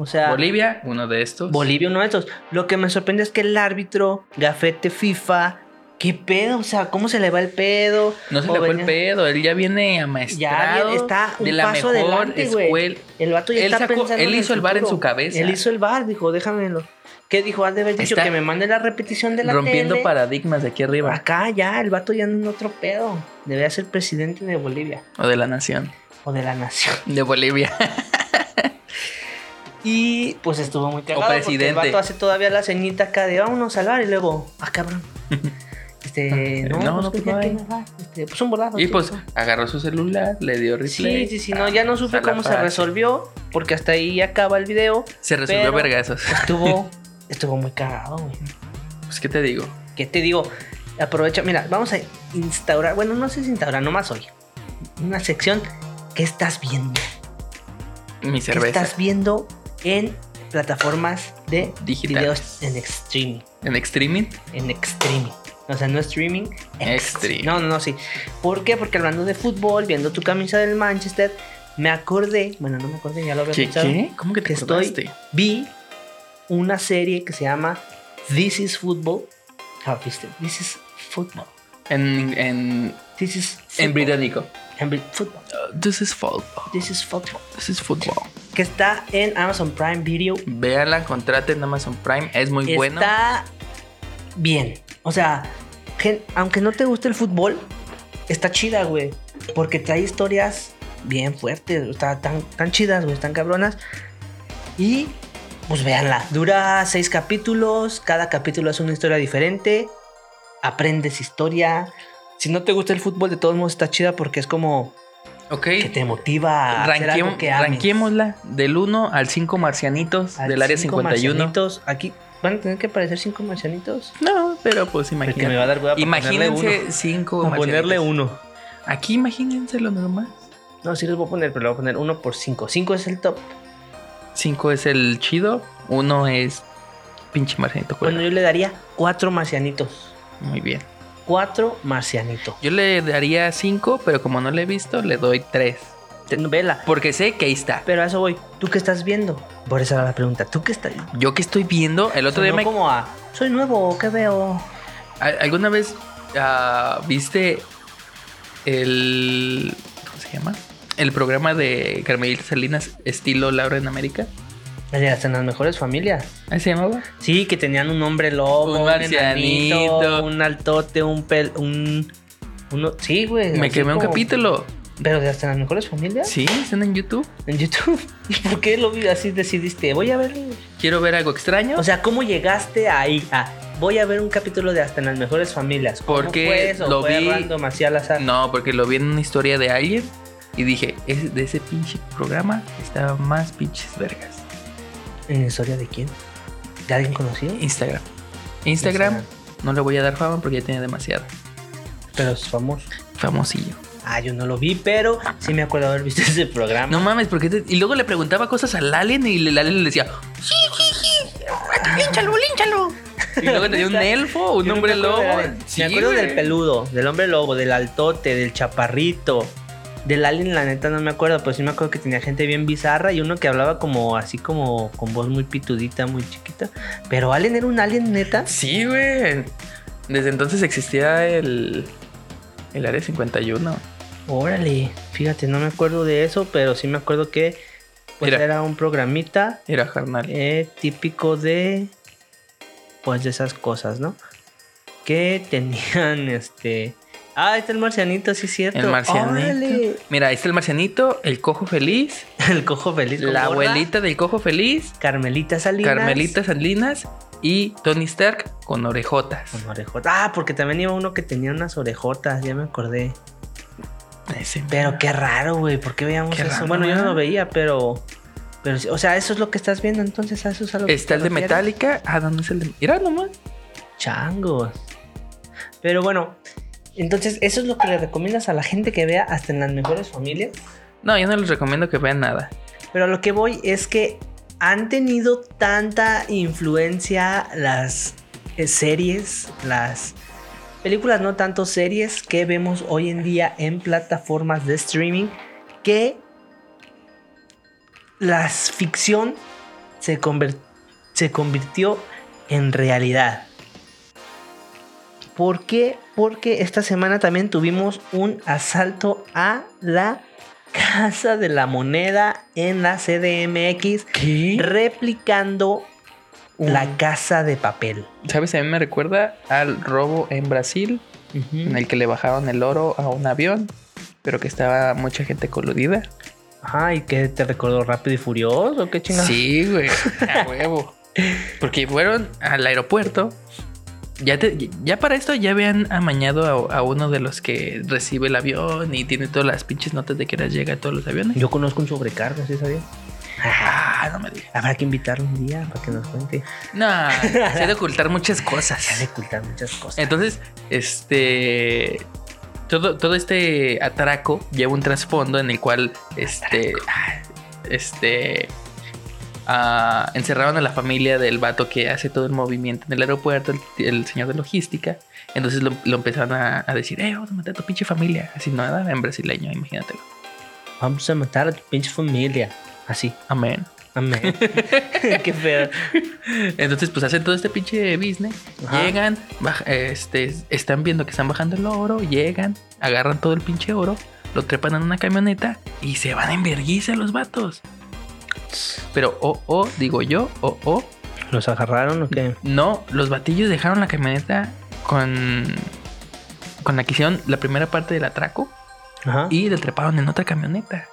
S2: O sea,
S1: Bolivia, uno de estos.
S2: Bolivia uno de estos. Lo que me sorprende es que el árbitro, Gafete FIFA, ¿qué pedo? O sea, ¿cómo se le va el pedo?
S1: No se
S2: O
S1: le fue el
S2: venía-
S1: pedo, él ya viene
S2: Ya
S1: amaestrado
S2: bien, está un
S1: de la
S2: paso
S1: mejor
S2: adelante, güey.
S1: escuela.
S2: El vato ya
S1: Él
S2: está
S1: sacó-
S2: pensando
S1: él
S2: en
S1: hizo el bar en
S2: futuro.
S1: su cabeza.
S2: Él hizo el bar, dijo, déjamelo. ¿Qué dijo? Has de haber dicho
S1: Está
S2: que me mande la repetición de la
S1: Rompiendo
S2: tele.
S1: paradigmas de aquí arriba
S2: Acá ya, el vato ya anda en otro pedo. Debería ser presidente de Bolivia
S1: o de la nación.
S2: o de la nación.
S1: De Bolivia.
S2: Y pues estuvo muy cagado porque el
S1: presidente.
S2: vato hace todavía la ceñita acá de vámonos a salvar y luego, ah cabrón. Este, no,
S1: No,
S2: pues,
S1: no,
S2: ¿qué
S1: pues,
S2: ya
S1: no hay.
S2: que me va? Este, pues un volado.
S1: Y
S2: sí,
S1: pues
S2: no.
S1: agarró su celular, le dio replay.
S2: Sí, sí, sí,
S1: Ah,
S2: no, ya no supe
S1: a la
S2: cómo se
S1: facha.
S2: resolvió, porque hasta ahí acaba el video.
S1: Se resolvió
S2: pero-
S1: vergazos.
S2: Estuvo, estuvo muy cagado, güey.
S1: Pues qué te digo.
S2: ¿Qué te digo? Aprovecha, mira, vamos a instaurar, bueno, no sé si instaurar, nomás hoy. Una sección, ¿qué estás viendo?
S1: Mi
S2: ¿Qué
S1: cerveza
S2: estás viendo en plataformas de
S1: Digitales.
S2: videos en streaming?
S1: en streaming.
S2: en streaming. O sea, no streaming,
S1: Extreme.
S2: extreme. No, no, no, sí. ¿Por qué? Porque hablando de fútbol, viendo tu camisa del Manchester, me acordé, bueno, no me acordé, ya lo había
S1: ¿Qué,
S2: escuchado.
S1: qué? ¿Cómo que te
S2: Pues, Que estoy-
S1: acordaste?
S2: Vi una serie que se llama This is Football. Ah, viste, This is Football.
S1: En, en,
S2: This is football.
S1: en británico.
S2: En bri- football.
S1: Uh, this is football.
S2: This is football.
S1: This is football.
S2: Que está en Amazon Prime Video.
S1: Véanla, contraten Amazon Prime. Es muy bueno.
S2: Está bien. O sea, gen- aunque no te guste el fútbol, está chida, güey. Porque trae historias bien fuertes. O sea, tan, tan chidas, güey. Están cabronas. Y pues véanla. Dura seis capítulos. Cada capítulo es una historia diferente. Aprendes historia. Si no te gusta el fútbol, de todos modos está chida porque es como
S1: Ok.
S2: que te motiva a hacer
S1: Ranquiem-
S2: algo que ames.
S1: ranquiémosla del 1 al 5 marcianitos
S2: Al
S1: del área
S2: cinco
S1: 51.
S2: marcianitos. Aquí van a tener que aparecer cinco marcianitos.
S1: No, pero pues
S2: Porque me va a
S1: imagínate.
S2: dar hueva pa' ponerle
S1: Imagínense 5
S2: uno. A
S1: marcianitos.
S2: ponerle uno.
S1: Aquí imagínense lo normal.
S2: No, sí les voy a poner, pero le voy a poner uno por cinco. Cinco es el top.
S1: 5 es el chido, 1 es pinche marcianito.
S2: Bueno,
S1: culero.
S2: yo le daría cuatro marcianitos.
S1: Muy bien.
S2: Cuatro marcianitos.
S1: Yo le daría 5, pero como no le he visto, le doy 3.
S2: Te- Vela.
S1: Porque sé que ahí está.
S2: Pero a eso voy. ¿Tú qué estás viendo? Por esa era la pregunta. ¿Tú qué estás viendo?
S1: Yo que estoy viendo, el otro día me...
S2: como a... Soy nuevo, ¿qué veo?
S1: ¿Al- ¿Alguna vez ah, viste el... ¿Cómo se llama? El programa de Carmelita Salinas, estilo Laura en América.
S2: El de las en las mejores familias.
S1: ¿Ahí se llamaba?
S2: Sí, que tenían un hombre lobo,
S1: Un
S2: un,
S1: marcianito.
S2: marcianito, un altote, un pel... Un... Uno... Sí, güey.
S1: me
S2: así
S1: quemé un
S2: como-
S1: capítulo.
S2: Pero de hasta en las mejores familias.
S1: Sí, están en YouTube.
S2: En YouTube. ¿Y por qué lo vi así? Decidiste, voy a verlo.
S1: Quiero ver algo extraño.
S2: O sea, ¿cómo llegaste ahí? Ah, voy a ver un capítulo de Hasta en las mejores familias. ¿Cómo
S1: Porque
S2: fue eso?
S1: lo
S2: ¿Fue
S1: vi-
S2: random, así al azar?
S1: No, porque lo vi en una historia de alguien y dije, es de ese pinche programa estaba más pinches vergas.
S2: ¿En la historia de quién? ¿De alguien conocido?
S1: Instagram. Instagram, no le voy a dar fama porque ya tiene demasiada.
S2: Pero es famoso.
S1: Famosillo.
S2: Ah, yo no lo vi, pero sí me acuerdo haber visto ese programa.
S1: No mames, porque y luego le preguntaba cosas al alien y el alien le decía, sí, sí, sí, hinchalo, hinchalo. Y luego tenía un elfo, un
S2: Yo no
S1: hombre
S2: me acuerdo
S1: lobo.
S2: de la-
S1: Sí,
S2: me acuerdo del
S1: güey.
S2: peludo, del hombre lobo, del altote, del chaparrito. Del alien, la neta, no me acuerdo, pero sí me acuerdo que tenía gente bien bizarra y uno que hablaba como así como con voz muy pitudita, muy chiquita. Pero Alien era un alien neta.
S1: Sí, güey. Desde entonces existía el, el área 51.
S2: Órale, fíjate, no me acuerdo de eso, pero sí me acuerdo que pues,
S1: Mira.
S2: era un programita
S1: Era carnal.
S2: eh, típico de pues de esas cosas, ¿no? Que tenían este Ah, ahí está el marcianito, sí es cierto.
S1: El marcianito.
S2: Órale.
S1: Mira, ahí está el marcianito, el cojo feliz,
S2: El cojo feliz. con
S1: la
S2: gorra,
S1: abuelita del cojo feliz,
S2: Carmelita Salinas.
S1: Carmelita Salinas y Tony Stark con orejotas.
S2: Con orejotas. Ah, porque también iba uno que tenía unas orejotas, ya me acordé.
S1: Ese-
S2: Pero qué raro, güey, ¿por qué veíamos
S1: Qué
S2: eso?
S1: raro,
S2: bueno, yo no
S1: ¿eh?
S2: lo veía, pero... Pero, sí, o sea, eso es lo que estás viendo entonces, a eso es a lo que
S1: Está
S2: te
S1: el de
S2: refieres?
S1: Metallica. Ah, ¿dónde es el de.? Mira nomás.
S2: Changos. Pero bueno, entonces, ¿eso es lo que le recomiendas a la gente que vea hasta en las mejores familias?
S1: No, yo no les recomiendo que vean nada.
S2: Pero a lo que voy es que han tenido tanta influencia las eh, series, las películas, no tanto series, que vemos hoy en día en plataformas de streaming, que la ficción se, conver- se convirtió en realidad. ¿Por qué? Porque esta semana también tuvimos un asalto a la Casa de la Moneda en la CDMX,
S1: ¿Qué?
S2: replicando
S1: Uh.
S2: La casa de papel.
S1: ¿Sabes? A mí me recuerda al robo en Brasil, en el que le bajaron el oro a un avión, pero que estaba mucha gente coludida.
S2: Ajá, ¿y qué te recordó? ¿Rápido y Furioso? ¿Qué chingados?
S1: Sí, güey, a huevo. Porque fueron al aeropuerto. Ya, te- ya para esto ya habían amañado a, a uno de los que recibe el avión y tiene todas las pinches notas de que las llega a todos los aviones.
S2: Yo conozco un sobrecargo, ¿sí sabía?
S1: Ah, no me digas.
S2: Habrá que invitarlo un día para que nos cuente.
S1: No, se ha de ocultar muchas
S2: Se ha
S1: cosas.
S2: de ocultar muchas cosas.
S1: Entonces, este. Todo, todo este atraco lleva un trasfondo en el cual este. ah, Este. ah, encerraron a la familia del vato que hace todo el movimiento en el aeropuerto, el, el señor de logística. Entonces lo, lo empezaron a, a decir, eh, vamos a matar a tu pinche familia. Así nada, en brasileño, imagínatelo. Eh.
S2: Vamos a matar a tu pinche familia. Así.
S1: Amén.
S2: Amén. Qué feo.
S1: Entonces, pues hacen todo este pinche business.
S2: Ajá.
S1: Llegan, baj- este, están viendo que están bajando el oro, llegan, agarran todo el pinche oro, lo trepan en una camioneta y se van en verguiza los vatos. Pero, oh, oh, digo yo, oh, oh,
S2: ¿Los agarraron o qué?
S1: no, los batillos dejaron la camioneta con, con la que hicieron la primera parte del atraco
S2: Ajá.
S1: y le treparon en otra camioneta.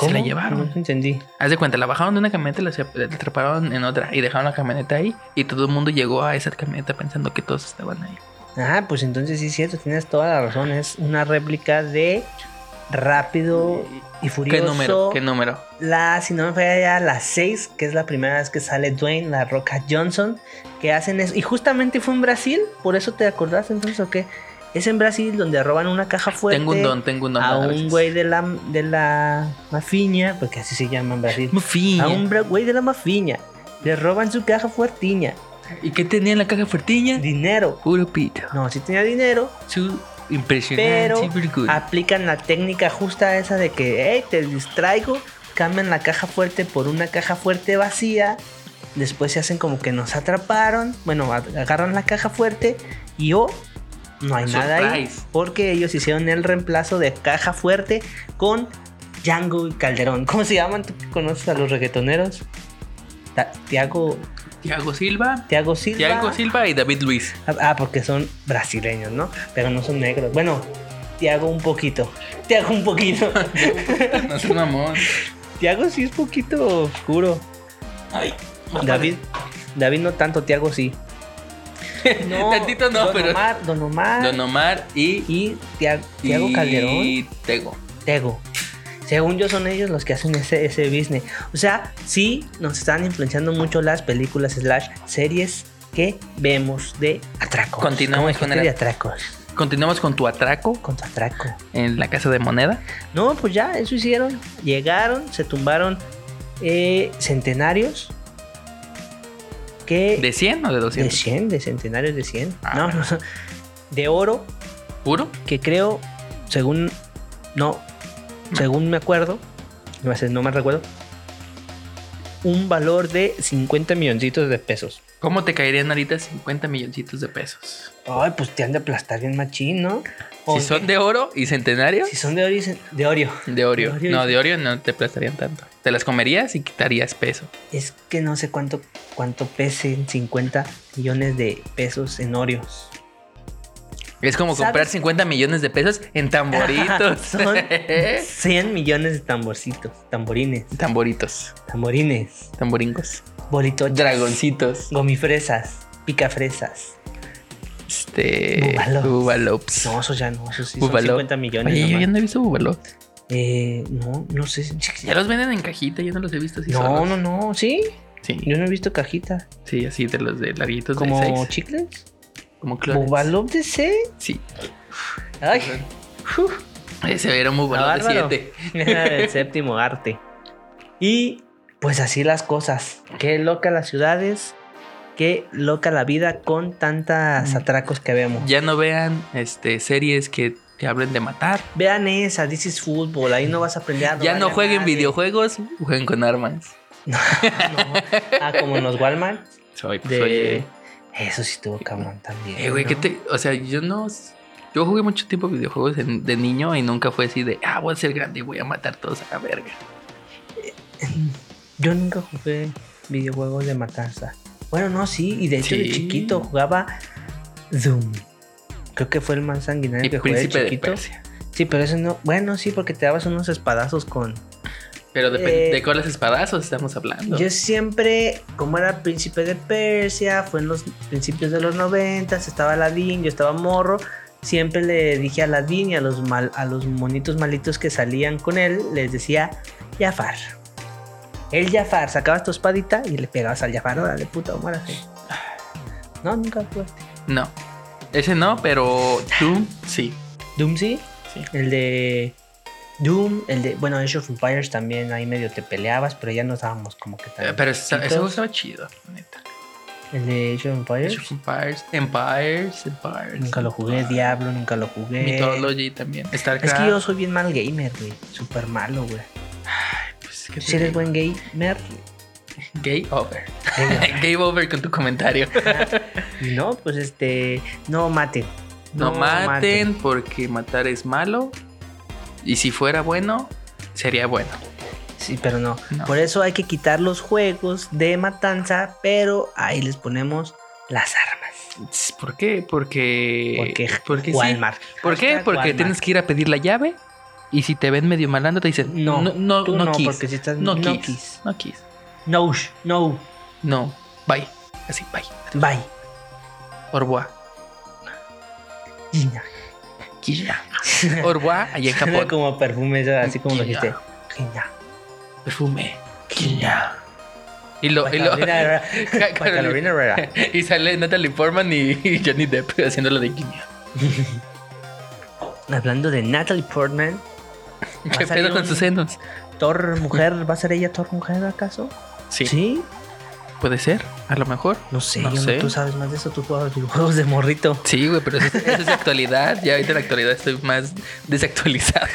S1: Se la llevaron.
S2: No te entendí.
S1: Haz de cuenta, la bajaron de una camioneta y la se- la atraparon en otra y dejaron la camioneta ahí y todo el mundo llegó a esa camioneta pensando que todos estaban ahí.
S2: Ah, pues entonces sí es cierto, tienes toda la razón. Es una réplica de Rápido y Furioso.
S1: ¿Qué número? ¿Qué número?
S2: La, si no me falla, la 6, que es la primera vez que sale Dwayne, la Roca Johnson, que hacen eso. Y justamente fue en Brasil, por eso te acordaste entonces o qué. Es en Brasil donde roban una caja fuerte.
S1: tengo un don, tengo un don.
S2: a
S1: para
S2: un
S1: veces.
S2: güey de la, de la mafiña, porque así se llama en Brasil.
S1: Mufiña.
S2: A un bra- güey de la mafiña. Le roban su caja fuertiña.
S1: ¿Y qué tenía en la caja fuertiña?
S2: Dinero.
S1: Puro pito.
S2: No, si tenía dinero,
S1: Su impresionante
S2: Pero,
S1: virtud.
S2: aplican la técnica justa esa de que, hey, te distraigo, cambian la caja fuerte por una caja fuerte vacía, después se hacen como que nos atraparon, bueno, a- agarran la caja fuerte y oh, no hay nada ahí,
S1: Surprise.
S2: porque ellos hicieron el reemplazo de caja fuerte con Django y Calderón. ¿Cómo se llaman? ¿Tú que conoces a los reggaetoneros? Ta- Tiago,
S1: Tiago Silva.
S2: Tiago Silva.
S1: Tiago Silva y David Luis.
S2: Ah, porque son brasileños, ¿no? Pero no son negros. Bueno, Tiago un poquito. Tiago un poquito.
S1: No es un mamón.
S2: Tiago sí es poquito oscuro.
S1: Ay,
S2: David, David no tanto, Tiago sí.
S1: Tantito no,
S2: Don
S1: pero-
S2: Omar, Don Omar
S1: Don Omar y.
S2: y Tia- Tiago
S1: y
S2: Calderón.
S1: Tego.
S2: Tego. Según yo son ellos los que hacen ese, ese business. O sea, sí nos están influenciando mucho las películas slash series que vemos de atracos.
S1: Continuamos
S2: Como
S1: con
S2: gente
S1: el-
S2: de atracos.
S1: Continuamos con tu atraco
S2: Con tu atraco.
S1: en la casa de moneda.
S2: No, pues ya, eso hicieron. Llegaron, se tumbaron eh, centenarios. Que
S1: ¿De 100 o de
S2: de
S1: 200?
S2: 100, de centenarios de 100.
S1: Ah.
S2: No, no, de oro,
S1: ¿Puro?
S2: que creo, según. No, según me acuerdo, no me, no me recuerdo. Un valor de 50 milloncitos de pesos.
S1: ¿Cómo te caerían ahorita 50 milloncitos de pesos?
S2: Ay, pues te han de aplastar bien machín, ¿no? O
S1: Si son de oro y centenario,
S2: si son de oro, y cen- de oro.
S1: de Oreo.
S2: de Oreo
S1: no,
S2: y-
S1: de Oreo no te aplastarían tanto. Te las comerías y quitarías peso.
S2: Es que no sé cuánto, cuánto pesen 50 millones de pesos en Oreos.
S1: Es como comprar
S2: ¿Sabes?
S1: 50 millones de pesos en tamboritos.
S2: Son
S1: ¿Eh?
S2: 100 millones de tamborcitos, tamborines,
S1: tamboritos,
S2: tamborines,
S1: tamboringos,
S2: bolitos,
S1: dragoncitos,
S2: gomifresas, picafresas.
S1: este,
S2: Bubalops.
S1: bubalops.
S2: No, eso ya no, eso sí son
S1: Bubalo-
S2: 50 millones.
S1: Oye, yo
S2: nomás.
S1: ya no he visto bubalops.
S2: Eh, no, no sé. si-
S1: Ya los venden en cajita, yo no los he visto así
S2: No,
S1: solos.
S2: no, no, sí.
S1: Sí,
S2: Yo no he visto cajita.
S1: sí, así de los de larguitos de
S2: Como
S1: seis.
S2: chicles.
S1: Como clones.
S2: Bubalop de C.
S1: Sí. Eh,
S2: Ay. uf.
S1: Ese era un bubalop de
S2: Ah, Bárbaro.
S1: siete.
S2: el séptimo arte. Y pues así las cosas. Qué loca las ciudades. Qué loca la vida con tantas
S1: Mm.
S2: atracos que vemos.
S1: Ya no vean este, series que te hablen de matar.
S2: Vean esa, This is Football. Ahí no vas a aprender a
S1: Ya
S2: robarle
S1: no
S2: a
S1: jueguen
S2: nadie.
S1: videojuegos, jueguen con armas.
S2: No. Ah, como en los Walmart.
S1: Soy, eh,
S2: De...
S1: soy-
S2: Eso sí estuvo cabrón también.
S1: Eh, güey,
S2: ¿no?
S1: ¿qué te- O sea, yo no. Yo jugué mucho tiempo videojuegos en- de niño y nunca fue así de, ah, voy a ser grande y voy a matar todos a la verga.
S2: Yo nunca jugué. videojuegos de matanza. Bueno, no, sí, y de hecho de
S1: Sí.
S2: chiquito jugaba Doom. Creo que fue el más sanguinario
S1: Y
S2: que jugué de
S1: príncipe de
S2: chiquito.
S1: Persia.
S2: sí, pero eso no. Bueno, sí, porque te dabas unos espadazos con.
S1: Pero depende
S2: Eh,
S1: de cuáles espadazos estamos hablando.
S2: Yo siempre, como era príncipe de Persia, fue en los principios de los noventas, estaba Aladdin, yo estaba morro. Siempre le dije a Aladdin y a los, mal, a los monitos malitos que salían con él, les decía Jafar. El Jafar, sacabas tu espadita y le pegabas al Jafar, órale puta, muérase. No, nunca jugaste.
S1: No. Ese no, pero tú sí.
S2: Doom sí,
S1: Sí.
S2: el de Doom, el de, bueno, Age of Empires también, ahí medio te peleabas, pero ya no estábamos como que
S1: Eh,
S2: tan...
S1: Pero ese ese juego
S2: chiquitos.
S1: estaba chido, neta.
S2: El de Age of Empires.
S1: Age of Empires, Empires, Empires. Ah,
S2: Nunca lo jugué, Diablo, nunca lo jugué.
S1: Mythology también. StarCraft.
S2: Es que yo soy bien mal gamer, güey. Súper malo, güey.
S1: pues, ¿qué te
S2: Si eres
S1: digo?
S2: buen gamer,
S1: Gay over.
S2: venga.
S1: Game over con tu comentario.
S2: Y no, pues este. No maten.
S1: No, maten, porque matar es malo. Y si fuera bueno, sería bueno.
S2: Sí, pero no.
S1: No.
S2: Por eso hay que quitar los juegos de matanza, pero ahí les ponemos las armas.
S1: ¿Por qué? Porque.
S2: Porque,
S1: porque sí.
S2: Walmart.
S1: ¿Por qué?
S2: Hashtag
S1: Porque
S2: Walmart.
S1: tienes que ir a pedir la llave. Y si te ven medio malandro, te dicen: No,
S2: No,
S1: no, no,
S2: Tú no,
S1: quis,
S2: porque si estás.
S1: no, quis,
S2: quis.
S1: No quis.
S2: No, sh- no.
S1: No. Bye. Así, bye.
S2: Bye.
S1: Orboa.
S2: Gina.
S1: Kisha. Orboa, allá en
S2: Suena
S1: Japón.
S2: como perfume, eso, así como lo
S1: Gina.
S2: dijiste. Gina.
S1: Perfume.
S2: Gina.
S1: Y lo. Y, lo-
S2: Carolina Herrera.
S1: Ca-
S2: Para Carolina Herrera.
S1: y sale Natalie Portman y y Johnny Depp haciéndolo de guiño.
S2: Hablando de Natalie Portman, Va a
S1: ¿Qué
S2: salir
S1: pedo con
S2: un-
S1: sus senos?
S2: Thor mujer, ¿va a ser ella Thor mujer acaso?
S1: Sí. Puede ser, a lo mejor.
S2: No sé,
S1: No
S2: yo no-
S1: sé.
S2: tú sabes más de eso, tú jugabas videojuegos de morrito.
S1: Sí, güey, pero eso, eso es actualidad. Ya ahorita en la actualidad estoy más desactualizado.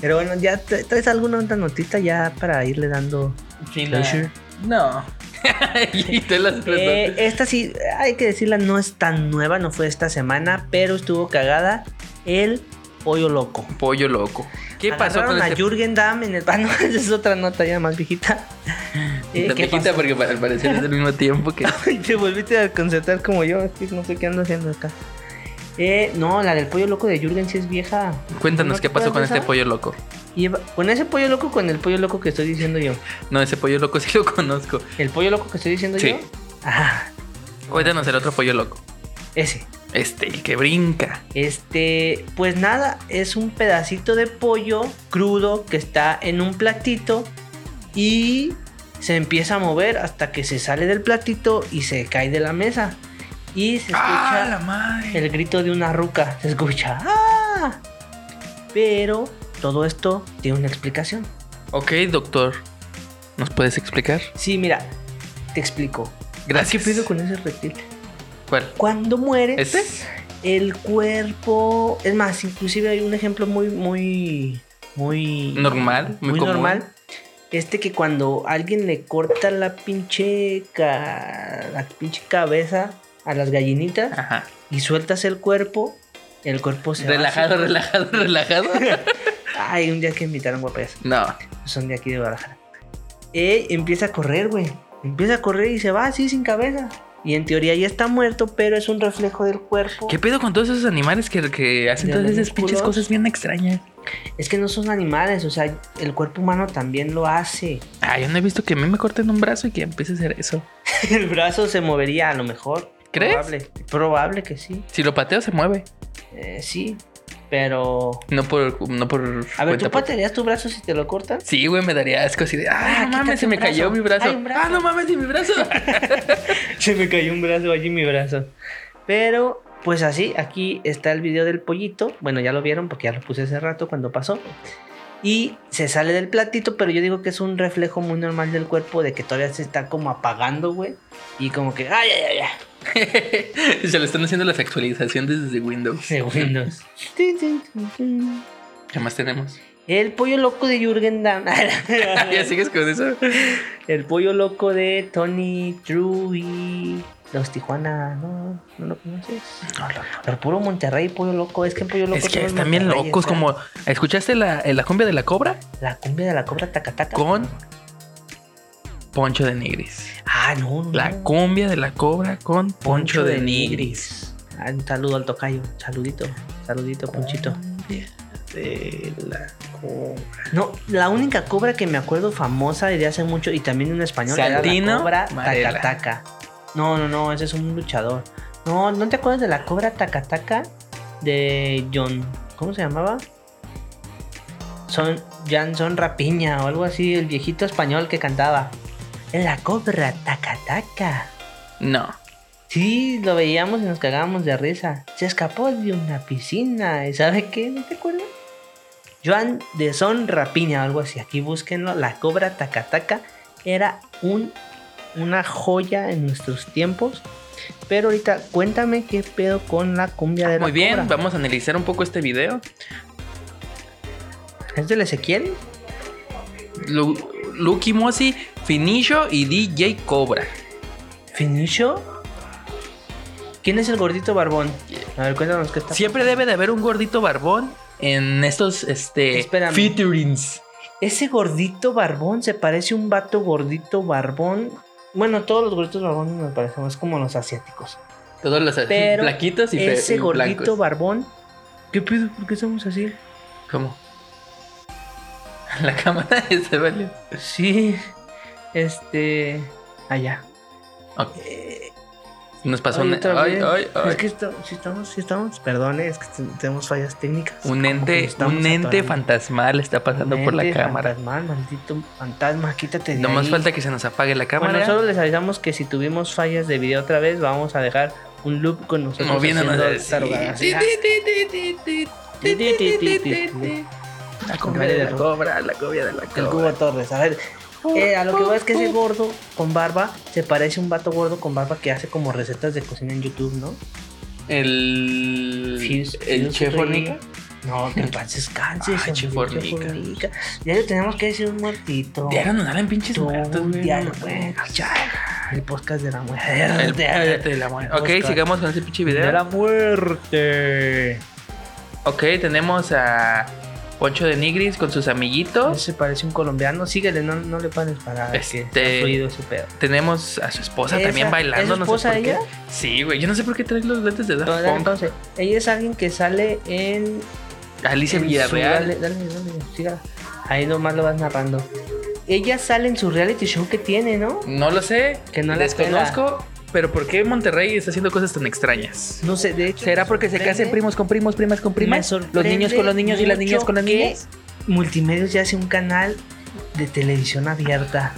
S2: Pero bueno, ya tra- traes alguna otra notita ya para irle dando. Pleasure.
S1: No. y te las
S2: Eh, esta sí, hay que decirla, no es tan nueva, no fue esta semana, pero estuvo cagada. El pollo loco.
S1: Pollo loco. ¿Qué pasó
S2: Agarraron
S1: con
S2: a
S1: este
S2: Jürgen Damm en el. Ah, no, esa es otra nota ya más viejita. Eh,
S1: Tan
S2: ¿qué
S1: viejita,
S2: pasó?
S1: porque al parecer es del mismo tiempo que.
S2: Y te volviste a concentrar como yo, es que no sé qué ando haciendo acá. Eh, no, la del pollo loco de Jürgen sí es vieja.
S1: Cuéntanos
S2: ¿No te
S1: qué pasó con
S2: acuerdas de
S1: este
S2: esa?
S1: pollo loco.
S2: Lleva- con ese pollo loco, con el pollo loco que estoy diciendo yo.
S1: No, ese pollo loco sí lo conozco.
S2: ¿El pollo loco que estoy diciendo
S1: Sí.
S2: yo? Ah,
S1: Cuéntanos el otro pollo loco.
S2: ese.
S1: Este, el que brinca.
S2: Este, pues nada, es un pedacito de pollo crudo que está en un platito y se empieza a mover hasta que se sale del platito y se cae de la mesa. Y se escucha
S1: ¡Ah, la madre!
S2: el grito de una ruca. Se escucha. ¡Ah! Pero todo esto tiene una explicación.
S1: Ok, doctor. ¿Nos puedes explicar?
S2: Sí, mira, te explico.
S1: Gracias.
S2: ¿Qué pido con ese reptil?
S1: ¿Cuál?
S2: Cuando muere,
S1: ¿Este?
S2: el cuerpo. Es más, inclusive hay un ejemplo muy, muy. Muy.
S1: Normal, muy
S2: Muy,
S1: común.
S2: normal. Este que cuando alguien le corta la pinche. ca- la pinche cabeza a las gallinitas
S1: Ajá.
S2: y sueltas el cuerpo, el cuerpo se va
S1: Relajado,
S2: así.
S1: relajado, relajado.
S2: Ay, un día que invitaron guapas.
S1: No.
S2: Son de aquí de Guadalajara. Eh, empieza a correr, güey. Empieza a correr y se va así sin cabeza. Y en teoría ya está muerto, pero es un reflejo del cuerpo.
S1: ¿Qué pedo con todos esos animales que, que hacen
S2: De
S1: todas
S2: los
S1: esas pinches
S2: músculos.
S1: cosas bien extrañas?
S2: Es que no son animales, o sea, el cuerpo humano también lo hace.
S1: Ah, yo no he visto que a mí me corten un brazo y que empiece a hacer eso.
S2: El brazo se movería a lo mejor.
S1: ¿Crees?
S2: Probable, probable que sí.
S1: Si lo pateo, se mueve.
S2: Eh, sí, pero...
S1: No por. No por
S2: A ver,
S1: cuenta pues.
S2: ¿tú patearías tu brazo si te lo cortan?
S1: Sí, güey, me daría asco así de. Ah,
S2: Ah,
S1: no
S2: quítate
S1: mames, se
S2: un
S1: me cayó
S2: brazo.
S1: mi brazo.
S2: Hay un brazo.
S1: Ah, no mames, y mi brazo.
S2: Se me cayó un brazo allí, mi brazo. Pero, pues así, aquí está el video del pollito. Bueno, ya lo vieron porque ya lo puse hace rato cuando pasó. Y se sale del platito, pero yo digo que es un reflejo muy normal del cuerpo de que todavía se está como apagando, güey. Y como que, ay, ay, ay, ay,
S1: se le están haciendo las actualizaciones desde Windows.
S2: de Windows. Tin, tin, tin, tin.
S1: ¿Qué más tenemos?
S2: El pollo loco de Jürgen Damm.
S1: ¿Ya sigues con eso?
S2: El pollo loco de Tony Drew y los Tijuana. No, no lo conoces.
S1: No, no,
S2: Pero puro Monterrey, pollo loco. Es que en pollo loco.
S1: Es que
S2: todos
S1: están bien
S2: Monterrey
S1: locos,
S2: están-
S1: como. eh, ¿Escuchaste la, la cumbia de la cobra?
S2: La cumbia de la cobra tacataca.
S1: Con Poncho de Nigris.
S2: Ah, no, no.
S1: La
S2: no.
S1: cumbia de la cobra con Poncho, de, Nigris.
S2: Nigris. Ah, un saludo al tocayo. Saludito. Saludito, Ponchito.
S1: Cumbia de la cobra.
S2: No, la única cobra que me acuerdo famosa de hace mucho y también en español era
S1: Santino
S2: la cobra
S1: Varela.
S2: Tacataca. No, no, no, ese es un luchador. No, ¿no te acuerdas de la cobra Tacataca de John? ¿Cómo se llamaba? Son Janson Rapiña o algo así, el viejito español que cantaba. La cobra Tacataca.
S1: No.
S2: Sí, lo veíamos y nos cagábamos de risa. Se escapó de una piscina. ¿Y sabe qué? ¿No te acuerdas? Joan de Son Rapiña o algo así. Aquí búsquenlo. La cobra Tacataca era un, una joya en nuestros tiempos. Pero ahorita cuéntame qué pedo con la cumbia de la
S1: Ah, Muy bien,
S2: cobra.
S1: vamos a analizar un poco este video.
S2: ¿Es del Ezequiel?
S1: Lu Lucky Mosi, Finisho y DJ Cobra.
S2: ¿Finisho? ¿Quién es el gordito barbón? A ver, cuéntanos qué está.
S1: Siempre debe de haber un gordito barbón en estos este
S2: Espérame.
S1: featurings.
S2: Ese gordito barbón se parece a un vato gordito barbón. Bueno, todos los gorditos barbones nos parecemos como los asiáticos.
S1: Todos los
S2: Pero
S1: flaquitos y fe-
S2: Ese
S1: y
S2: gordito
S1: blancos.
S2: barbón. ¿Qué pedo? ¿Por qué estamos así?
S1: ¿Cómo? La cámara se valió.
S2: Sí. Este. Allá.
S1: Ok,
S2: Eh,
S1: Nos pasó
S2: ay,
S1: un,
S2: otra
S1: ay,
S2: vez.
S1: ay, ay.
S2: Es que esto- si estamos, si estamos, perdone, es que ten- tenemos fallas técnicas.
S1: un ente, un ente fantasmal está pasando por la cámara.
S2: Fantasmal, maldito fantasma, quítate de
S1: No más
S2: ahí.
S1: falta que se nos apague la
S2: Bueno,
S1: cámara.
S2: nosotros les avisamos que si tuvimos fallas de video otra vez, vamos a dejar un loop con nosotros.
S1: moviéndonos
S2: haciendo
S1: así.
S2: tarugadas.
S1: Ti, ti, ti, ti, ti, ti, ti, ti, ti, ti. La cobia de la cobra, la cobia de la
S2: El Cubo
S1: cobra.
S2: Torres, a ver. eh, a lo que voy es que ese gordo con barba se parece a un vato gordo con barba que hace como recetas de cocina en YouTube, ¿no?
S1: El,
S2: Fuse-
S1: el
S2: Fuse
S1: chef
S2: Torres.
S1: Fornica.
S2: No, que paz descanse.
S1: Ay,
S2: se
S1: Chef
S2: murió Chef
S1: Fornica.
S2: Fornica. Ya le tenemos que decir un muertito.
S1: Diario nos salen pinches
S2: Tú,
S1: muertos, güey.
S2: diario,
S1: No,
S2: güey,
S1: no,
S2: ya. El podcast de la
S1: El
S2: muerte.
S1: muerte de la muerte.
S2: Oscar.
S1: Ok, sigamos con ese pinche
S2: De
S1: video.
S2: la muerte.
S1: Ok, tenemos a Poncho de Nigris con sus amiguitos.
S2: Se parece a un colombiano. Síguele, no, no le pares para
S1: Este-
S2: que está fluido ese pedo.
S1: Tenemos a su esposa
S2: Esa-
S1: también bailando,
S2: ¿es
S1: no sé
S2: esposa
S1: por
S2: ella?
S1: qué. Sí, güey, yo no sé por qué traes los lentes de
S2: No,
S1: Daft
S2: dale,
S1: Punk.
S2: entonces, ella es alguien que sale en.
S1: Alicia
S2: en su-
S1: Villarreal.
S2: dale, dale, dale, sígala. Ahí nomás lo vas narrando. Ella sale en su reality show que tiene, ¿no?
S1: No lo sé,
S2: Que no la
S1: desconozco, pero ¿por qué Monterrey está haciendo cosas tan extrañas?
S2: No sé, de hecho.
S1: ¿Será
S2: me
S1: porque se
S2: sorprende-
S1: casen primos con primos, primas con primas?
S2: me
S1: Los niños con los niños y las
S2: sorprende
S1: niñas con las
S2: mucho
S1: niñas.
S2: Multimedios ya hace un canal de televisión abierta.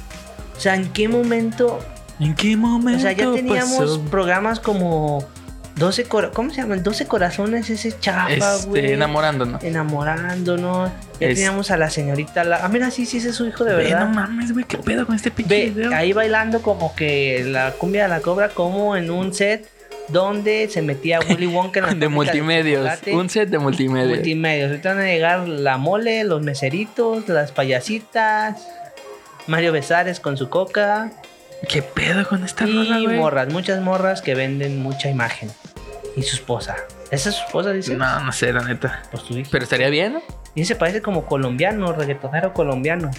S2: O sea, ¿en qué momento?
S1: ¿En qué momento?
S2: O sea, ya teníamos
S1: pasó?
S2: programas como 12 cora- ¿Cómo se llaman? 12 corazones, ese chapa,
S1: Este,
S2: güey.
S1: enamorándonos.
S2: enamorándonos. Ya
S1: Es-
S2: teníamos a la señorita. La... Ah, mira, sí, sí, ese es su hijo de
S1: Ve,
S2: verdad.
S1: no mames, güey, qué pedo con este pinche
S2: Ve,
S1: video.
S2: ahí bailando como que la cumbia de la cobra, como en un set donde se metía Willy Wonka en la
S1: De
S2: fábrica
S1: multimedios,
S2: chocolate.
S1: un set de multimedios.
S2: multimedios. Ahorita van a llegar la mole, los meseritos, las payasitas, Mario Besares con su coca
S1: ¿Qué pedo con esta rola,
S2: y
S1: güey?
S2: morras, muchas morras que venden mucha imagen. Y su esposa. ¿Esa es su esposa, dice?
S1: No, no sé, la neta.
S2: Pues tú dijiste.
S1: Pero estaría bien. ¿no?
S2: Y se parece como colombiano, reggaetonero colombiano.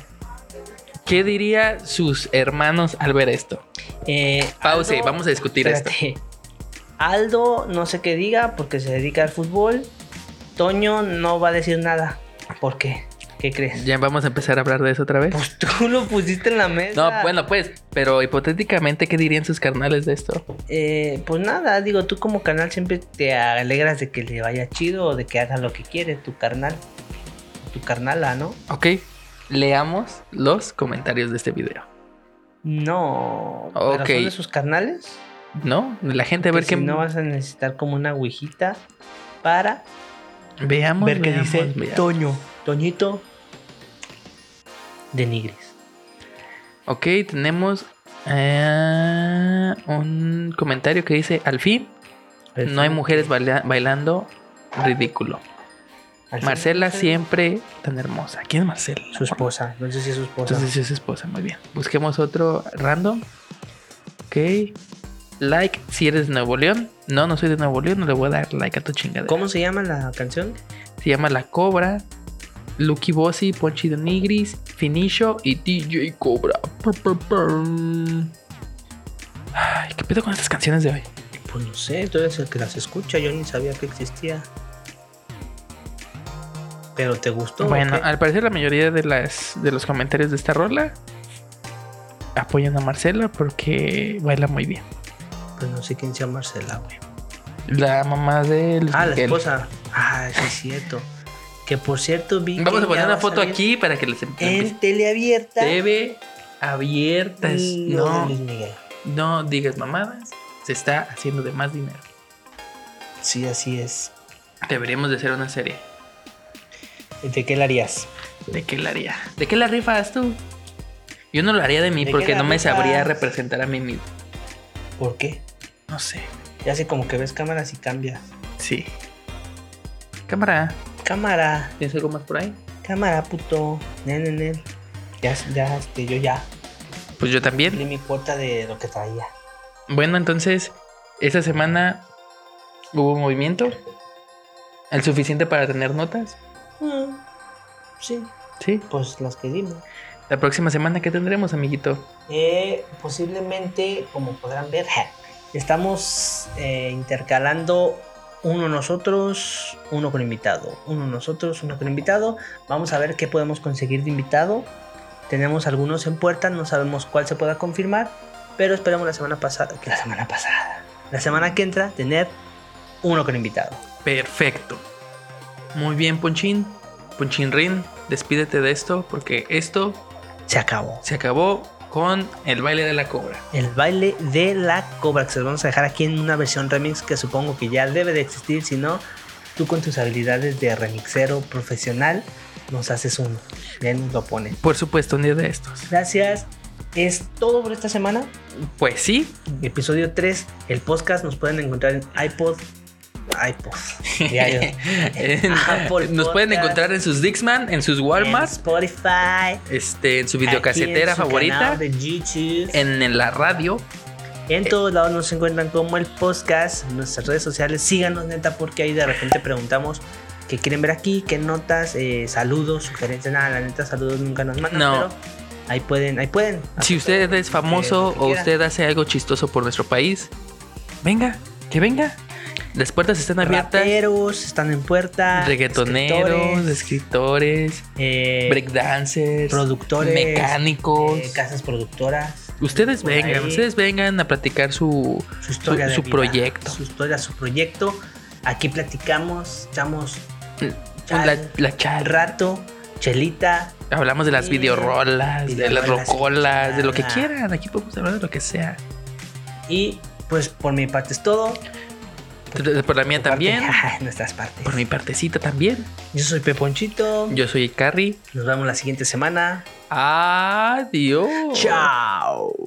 S1: ¿Qué diría sus hermanos al ver esto?
S2: Eh,
S1: Pause,
S2: Aldo-
S1: vamos a discutir esto.
S2: Espérate. Aldo, no sé qué diga porque se dedica al fútbol. Toño no va a decir nada. ¿Por qué? ¿Qué crees?
S1: Ya vamos a empezar a hablar de eso otra vez.
S2: Pues tú lo pusiste en la
S1: No,
S2: mesa.
S1: bueno, pues, pero hipotéticamente, ¿qué dirían sus carnales de esto?
S2: Eh, pues nada, digo, tú como canal siempre te alegras de que le vaya chido o de que haga lo que quiere tu carnal. Tu carnala, ¿no?
S1: Ok, leamos los comentarios de este video.
S2: No.
S1: Ok.
S2: ¿Pero son de sus carnales?
S1: ¿No? La gente a
S2: Que
S1: ver
S2: si
S1: qué.
S2: no vas a necesitar como una ouijita para
S1: Veamos.
S2: ver qué
S1: veamos,
S2: dice
S1: veamos.
S2: Toño. Toñito de Nigris.
S1: Ok, tenemos eh, un comentario que dice: Al fin, no hay mujeres baila- bailando. Ridículo.
S2: Al fin,
S1: Marcela
S2: sí.
S1: siempre tan hermosa. ¿Quién es Marcela?
S2: Su esposa. No sé si es su esposa.
S1: Entonces sí es esposa, muy bien. Busquemos otro random. Ok. Like si eres de Nuevo León. No, no soy de Nuevo León, no le voy a dar like a tu chingadera.
S2: ¿Cómo se llama la canción?
S1: Se llama La Cobra Lucky Bossi, Ponchi de Nigris, Finisho y DJ Cobra. Pa, pa, pa. Ay, ¿qué pedo con estas canciones de hoy?
S2: Pues no sé, tú eres el que las escucha, yo ni sabía que existía. Pero te gustó.
S1: bueno, ah.
S2: ¿o qué?
S1: al parecer la mayoría de, las, de los comentarios de esta rola apoyan a Marcela porque baila muy bien.
S2: pues no sé quién sea Marcela, güey.
S1: La mamá de Luis
S2: Ah, la
S1: Miguel.
S2: esposa. Ah, sí es cierto. Que por cierto vi
S1: Vamos
S2: que
S1: a poner
S2: ya va
S1: una foto
S2: salir
S1: aquí para que les
S2: En teleabierta.
S1: TV abiertas.
S2: lo de
S1: No,
S2: Luis Miguel.
S1: no digas mamadas. Se está haciendo de más dinero.
S2: Sí, así es.
S1: Deberíamos de hacer una serie.
S2: ¿De qué la harías?
S1: ¿De qué la haría? ¿De qué la rifas tú? Yo no lo haría de mí
S2: ¿De qué
S1: porque
S2: la
S1: no me sabría
S2: rifas?
S1: representar a mí mismo.
S2: ¿Por qué?
S1: No sé.
S2: Ya sé como que ves cámaras y cambias.
S1: Sí. Cámara,
S2: Cámara,
S1: ¿tienes algo más por ahí?
S2: cámara, puto. Nen, nen, nen. Ya, ya, este, yo ya.
S1: Pues yo también.
S2: Cumplí mi cuota de lo que traía.
S1: Bueno, entonces, esta semana hubo movimiento. El suficiente para tener notas.
S2: Mm, sí,
S1: Sí.
S2: pues las que dimos.
S1: La próxima semana, ¿qué tendremos, amiguito?
S2: Eh, posiblemente, como podrán ver, estamos eh, intercalando uno nosotros, uno con invitado. Uno nosotros, uno con invitado. Vamos a ver qué podemos conseguir de invitado. Tenemos algunos en puerta, no sabemos cuál se pueda confirmar, pero esperamos la semana pasada, la semana pasada, la semana que entra tener uno con invitado.
S1: Perfecto. Muy bien, Ponchín. Ponchín Rin, despídete de esto porque esto
S2: Se acabó.
S1: se acabó con el baile de la cobra.
S2: El baile de la cobra, que se los vamos a dejar aquí en una versión remix que supongo que ya debe de existir. Si no, tú con tus habilidades de remixero profesional nos haces uno. Ya nos lo pones.
S1: Por supuesto, un día de estos.
S2: Gracias. Es todo por esta semana.
S1: Pues sí,
S2: Episodio 3, el podcast. Nos pueden encontrar en iPod. iPod. Ya, yo.
S1: en-
S2: Apple
S1: nos pueden
S2: Podcast.
S1: encontrar en sus Dixman, en sus
S2: En
S1: Walmart,
S2: Spotify.
S1: este, en su
S2: aquí
S1: videocasetera
S2: en su
S1: favorita,
S2: canal de YouTube.
S1: en, en la radio.
S2: En todos lados nos encuentran como el podcast, en nuestras redes sociales. Síganos, neta, porque ahí de repente preguntamos qué quieren ver aquí, qué notas, eh, saludos, sugerencias. Nada, la neta, saludos nunca nos mandan,
S1: No.
S2: pero ahí pueden, ahí pueden.
S1: Si usted es famoso
S2: que
S1: o
S2: quiera.
S1: usted hace algo chistoso por nuestro país, venga, que venga. Las puertas están abiertas.
S2: Raperos, están en puerta.
S1: Reggaetoneros,
S2: Ah, escritores,
S1: escritores,
S2: eh,
S1: breakdancers,
S2: productores,
S1: mecánicos.
S2: eh, casas productoras.
S1: ustedes
S2: por
S1: vengan,
S2: ahí.
S1: ustedes vengan a platicar su,
S2: su historia,
S1: Su-
S2: de
S1: su
S2: vida,
S1: proyecto.
S2: Su historia, su proyecto. Aquí platicamos, echamos Chal.
S1: Mm, la, la
S2: un
S1: charla.
S2: rato, chelita,
S1: Hablamos de las
S2: Sí.
S1: videorolas, de las
S2: Videorolas,
S1: rocolas, de lo que
S2: chulada.
S1: quieran. Aquí podemos hablar de lo que sea.
S2: Y pues por mi parte es todo.
S1: De- de- Por la mía también,
S2: Parte- nuestras partes.
S1: por mi partecita también.
S2: Yo soy Peponchito.
S1: Yo soy Carrie.
S2: Nos vemos la siguiente semana.
S1: Oh. Adiós.
S2: Chao.